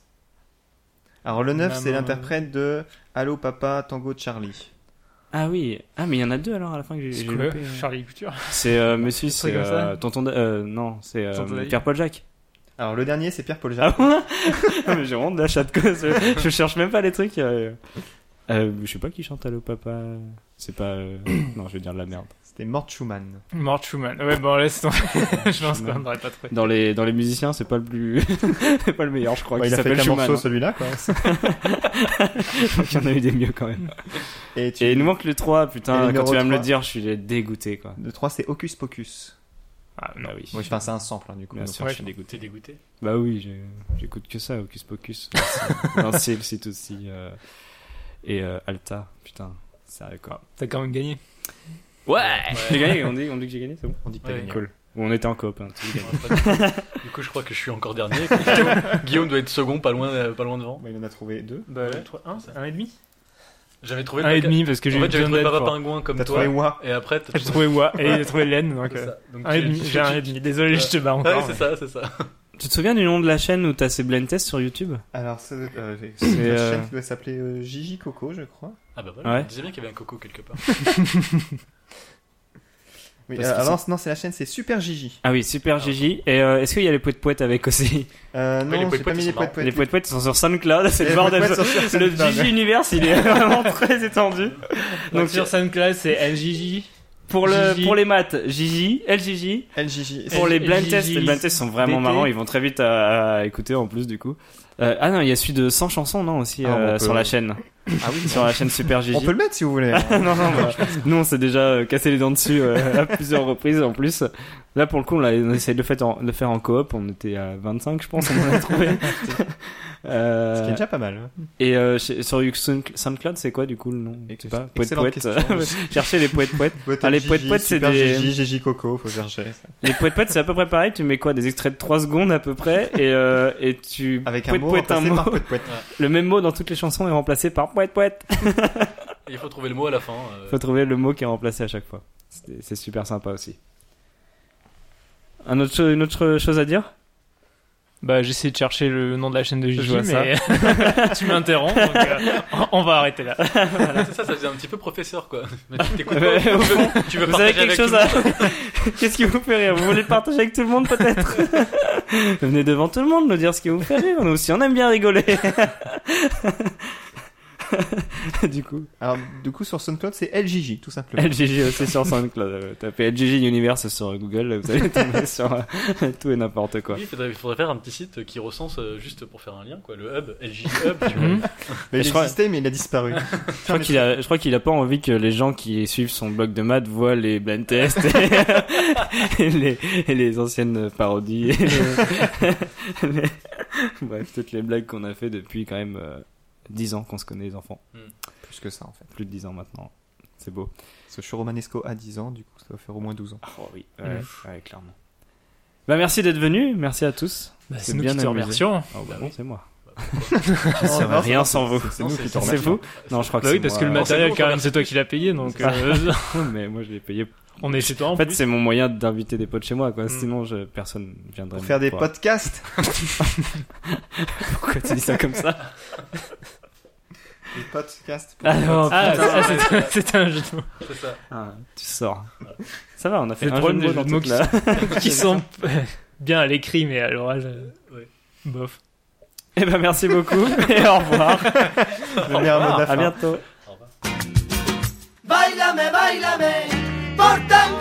Speaker 3: Alors, le 9, c'est
Speaker 2: Maman.
Speaker 3: l'interprète de Allô Papa, Tango Charlie.
Speaker 1: Ah oui, ah mais il y en a deux alors à la fin que j'ai- j'ai
Speaker 2: C'est quoi,
Speaker 1: loupé. euh.
Speaker 2: Charlie Couture.
Speaker 1: C'est euh, monsieur, c'est
Speaker 2: truc comme ça
Speaker 1: euh, tonton da- euh, non, c'est euh,
Speaker 2: Tonton David.
Speaker 1: Pierre Paul Jacques.
Speaker 3: Alors, le dernier, c'est Pierre-Paul
Speaker 1: Ah
Speaker 3: Jacques.
Speaker 1: bon Non, mais j'ai honte de la chatte quoi. Je, je cherche même pas les trucs. euh. Euh, je sais pas qui chante Allô papa. C'est pas euh, non, je vais dire de la merde.
Speaker 3: C'était Mort Schumann.
Speaker 2: Mort Schumann. Ouais, bon, laisse tomber. <laughs> je pense qu'on n'aurait pas trouvé.
Speaker 1: Dans les, dans les musiciens, c'est pas le plus, <laughs> c'est pas le meilleur, je crois.
Speaker 3: Bah, il
Speaker 1: qui
Speaker 3: a fait
Speaker 1: s'appelle
Speaker 3: qu'un
Speaker 1: Schumann,
Speaker 3: morceau,
Speaker 1: hein.
Speaker 3: celui-là, quoi.
Speaker 1: Je crois qu'il y en a eu des mieux quand même.
Speaker 3: Et, tu-
Speaker 1: Et il nous manque le 3,
Speaker 3: Et le
Speaker 1: putain. Quand
Speaker 3: numéro
Speaker 1: tu vas me le
Speaker 3: 3.
Speaker 1: dire, je suis dégoûté, quoi.
Speaker 3: Le 3, c'est Hocus Pocus.
Speaker 2: Ah, non,
Speaker 1: Bah oui.
Speaker 3: Oui, enfin, c'est un sample, hein, du coup.
Speaker 1: Bien
Speaker 3: donc
Speaker 1: sûr, je suis
Speaker 3: forcément.
Speaker 1: dégoûté.
Speaker 4: T'es dégoûté
Speaker 1: Bah oui, je- j'écoute que ça, Hocus Pocus. L'Ancien, c'est aussi. euh, Et euh, Alta, putain. Sérieux, quoi.
Speaker 2: T'as quand même gagné.
Speaker 1: Ouais! J'ai gagné, on dit, on dit que j'ai gagné, c'est bon?
Speaker 3: On dit que t'as
Speaker 4: Ouais.
Speaker 3: gagné.
Speaker 1: Cool. On était en coop, hein. tu dis.
Speaker 4: Du coup, je crois que je suis encore dernier. Guillaume, Guillaume doit être second, pas loin, euh, pas loin devant.
Speaker 3: Bah, il en a trouvé deux.
Speaker 2: Bah,
Speaker 4: Ouais, trois- un, ça.
Speaker 2: un et demi
Speaker 4: J'avais trouvé
Speaker 2: Un et
Speaker 4: le paca-
Speaker 2: demi, parce que j'ai
Speaker 4: En
Speaker 2: eu
Speaker 4: fait, j'avais
Speaker 2: John
Speaker 4: trouvé Papa
Speaker 2: Depp.
Speaker 4: Pingouin comme
Speaker 3: T'as
Speaker 4: toi.
Speaker 3: trouvé moi.
Speaker 4: Et après, t'as
Speaker 2: J'ai trouvé Wa et j'ai trouvé Len.
Speaker 4: C'est
Speaker 2: Donc, euh,
Speaker 4: ça. Donc,
Speaker 2: un et
Speaker 4: tu-
Speaker 2: demi.
Speaker 4: tu-
Speaker 2: J'ai un et demi. Désolé, je te bats
Speaker 4: Ouais,
Speaker 2: encore.
Speaker 4: c'est
Speaker 2: mais-
Speaker 4: ça, c'est ça.
Speaker 1: Tu te souviens du nom de la chaîne où t'as ces blind tests sur YouTube?
Speaker 3: Alors, ça doit- euh, j'ai-
Speaker 1: C'est,
Speaker 3: c'est une
Speaker 1: euh,
Speaker 3: chaîne qui doit s'appeler euh, Gigi Coco, je crois.
Speaker 4: Ah bah voilà,
Speaker 1: Ouais.
Speaker 4: on disait bien qu'il y avait un coco quelque part.
Speaker 3: Oui,
Speaker 1: Parce
Speaker 3: euh,
Speaker 1: que
Speaker 3: avant, non, c'est la chaîne, c'est Super Gigi.
Speaker 1: Ah oui, super Gigi. Et euh, est-ce qu'il y a les poètes poètes avec aussi
Speaker 3: Euh,
Speaker 4: les
Speaker 3: non, j'ai
Speaker 4: poètes
Speaker 3: pas mis les
Speaker 4: poètes
Speaker 3: poètes
Speaker 4: sont
Speaker 1: Les
Speaker 3: poètes.
Speaker 1: poètes poètes sont sur SoundCloud, c'est
Speaker 3: Les
Speaker 1: le bordel.
Speaker 3: poètes sont sur
Speaker 1: Le
Speaker 3: SoundCloud.
Speaker 1: Gigi Universe, il est <laughs> vraiment très étendu.
Speaker 2: Donc,
Speaker 1: Donc
Speaker 2: sur SoundCloud, c'est LGJ.
Speaker 1: pour le
Speaker 2: Gigi.
Speaker 1: pour les maths, Gigi, LGG.
Speaker 3: Elle, Gigi.
Speaker 1: Pour les blind
Speaker 2: Gigi,
Speaker 1: tests, les blind tests sont vraiment
Speaker 2: DT.
Speaker 1: marrants, ils vont très vite à, à écouter en plus du coup. Euh, ah non, il y a celui de 100 chansons non aussi
Speaker 3: Ah,
Speaker 1: euh,
Speaker 3: on peut-
Speaker 1: sur la chaîne. Ah oui, sur la chaîne Super Gigi.
Speaker 3: On peut le mettre si vous voulez.
Speaker 1: <laughs> non, non, bah, nous on s'est déjà euh, cassé les dents dessus euh, <laughs> à plusieurs reprises en plus. Là pour le coup, on, a, on a essayé de le, fait en- de le faire en coop, on était à 25 je pense, on en a
Speaker 3: <laughs>
Speaker 1: trouvé. Euh,
Speaker 3: Ce qui est déjà pas mal. hein.
Speaker 1: Et euh, chez- sur Sound- SoundCloud, c'est quoi du coup le nom Je sais pas. Poète
Speaker 3: Excellente
Speaker 1: poète. <laughs> Cherchez les poètes poètes.
Speaker 3: Poète
Speaker 1: Ah, les
Speaker 3: Gigi,
Speaker 1: poètes poètes, c'est
Speaker 3: Super
Speaker 1: des-
Speaker 3: Gigi, Gigi Coco, faut chercher.
Speaker 1: Les poètes poètes, c'est à peu près pareil. Tu mets quoi Des extraits de 3 secondes à peu près, et euh, et tu
Speaker 3: Avec un
Speaker 1: poète
Speaker 3: mot
Speaker 1: poète un
Speaker 3: remplacé
Speaker 1: mot.
Speaker 3: par poète poète.
Speaker 1: Le même mot dans toutes les chansons est remplacé par poète poète.
Speaker 4: Et il faut trouver le mot à la fin. euh,
Speaker 1: Faut trouver le mot qui est remplacé à chaque fois. C'était- C'est super sympa aussi. Un autre cho- une autre chose à dire
Speaker 2: Bah, j'essaie de chercher le nom de la chaîne de Gigi,
Speaker 1: vois ça.
Speaker 2: mais <laughs> tu m'interromps. donc, euh, on- on va arrêter là.
Speaker 4: Ah, C'est ça, ça faisait un petit peu professeur quoi. Mais tu t'écoutes pas,
Speaker 1: Ouais,
Speaker 4: tu
Speaker 1: au
Speaker 4: veux, tu veux
Speaker 1: Vous avez
Speaker 4: partager
Speaker 1: quelque
Speaker 4: avec
Speaker 1: chose
Speaker 4: tout le
Speaker 1: à
Speaker 4: monde.
Speaker 1: <laughs> Qu'est-ce qui vous fait rire Vous voulez le partager avec tout le monde
Speaker 4: <laughs>
Speaker 1: peut-être Venez devant tout le monde nous dire ce qui vous fait rire. Nous aussi, on aime bien rigoler. <laughs> du coup,
Speaker 3: Alors, du coup, sur SoundCloud, c'est LGG, tout simplement.
Speaker 1: LGG aussi sur SoundCloud. Euh, Tapez LGG Universe sur Google, vous allez tomber sur euh, <laughs> tout et n'importe quoi.
Speaker 4: Oui, il faudrait, il faudrait faire un petit site qui recense euh, juste pour faire un lien quoi. Le hub, LG Hub, tu vois.
Speaker 2: Hmm.
Speaker 3: Mais
Speaker 1: je
Speaker 3: il
Speaker 1: crois-
Speaker 3: existait, mais il a disparu.
Speaker 1: Je crois qu'il a, je crois qu'il a pas envie que les gens qui suivent son blog de maths voient les blind tests et, <laughs> et les, et les anciennes parodies. et les- les- <laughs> bref, toutes les blagues qu'on a fait depuis quand même euh, 10 ans qu'on se connaît les enfants.
Speaker 3: Plus que ça, en fait.
Speaker 1: Plus de 10 ans maintenant. C'est beau.
Speaker 3: Parce que je suis romanesco à 10 ans, du coup, ça doit faire au moins 12 ans.
Speaker 1: Oh oui, ouais, ouais, clairement. Bah merci d'être venu, merci à tous.
Speaker 2: Bah,
Speaker 1: C'est
Speaker 2: c'est nous
Speaker 1: bien
Speaker 2: qui te
Speaker 1: amusé.
Speaker 2: remercions.
Speaker 1: Oh bah
Speaker 4: Ah
Speaker 1: non,
Speaker 4: oui.
Speaker 1: c'est moi.
Speaker 3: Non,
Speaker 1: Ah, Ça va
Speaker 3: Ah, non,
Speaker 1: rien sans vous.
Speaker 3: C'est
Speaker 4: Non,
Speaker 3: nous
Speaker 4: c'est-
Speaker 3: qui t'en
Speaker 1: C'est
Speaker 4: remercie.
Speaker 1: vous Non, je crois que
Speaker 2: Bah oui,
Speaker 1: c'est
Speaker 2: parce que le
Speaker 1: moi.
Speaker 2: matériel,
Speaker 4: bon,
Speaker 2: quand
Speaker 4: ça
Speaker 2: même,
Speaker 4: va.
Speaker 2: c'est toi qui l'as payé, donc
Speaker 1: Ça.
Speaker 2: euh,
Speaker 1: <laughs> Mais moi je l'ai payé.
Speaker 2: on est chez toi en,
Speaker 1: En Mm. fait,
Speaker 2: plus.
Speaker 1: c'est mon moyen d'inviter des potes chez moi, quoi. Sinon, je, personne viendrait.
Speaker 3: Pour
Speaker 1: me
Speaker 3: faire des
Speaker 1: voir.
Speaker 3: podcasts
Speaker 1: Pourquoi tu dis ça comme ça
Speaker 3: Des podcasts pour-
Speaker 1: Alors,
Speaker 2: Ah,
Speaker 4: Putain,
Speaker 2: ah,
Speaker 4: ouais,
Speaker 2: c'est-
Speaker 4: ouais.
Speaker 2: c'est un jeu de mots.
Speaker 4: C'est ça.
Speaker 1: Ah, tu sors. Ça va, on a fait
Speaker 2: C'est
Speaker 1: un
Speaker 2: le
Speaker 1: jeu de
Speaker 2: problème
Speaker 1: mots dans
Speaker 2: des jeux de mots
Speaker 1: toute
Speaker 2: qui
Speaker 1: la-
Speaker 2: qui sont bien à l'écrit, mais à l'oral, euh,
Speaker 4: Ouais.
Speaker 2: bof.
Speaker 1: <laughs> Eh ben, merci beaucoup et au revoir. <laughs>
Speaker 3: le meilleur
Speaker 1: Ah,
Speaker 3: mot de la
Speaker 1: À
Speaker 3: fin.
Speaker 1: bientôt.
Speaker 4: Au revoir.
Speaker 6: Báilame, báilame, portango.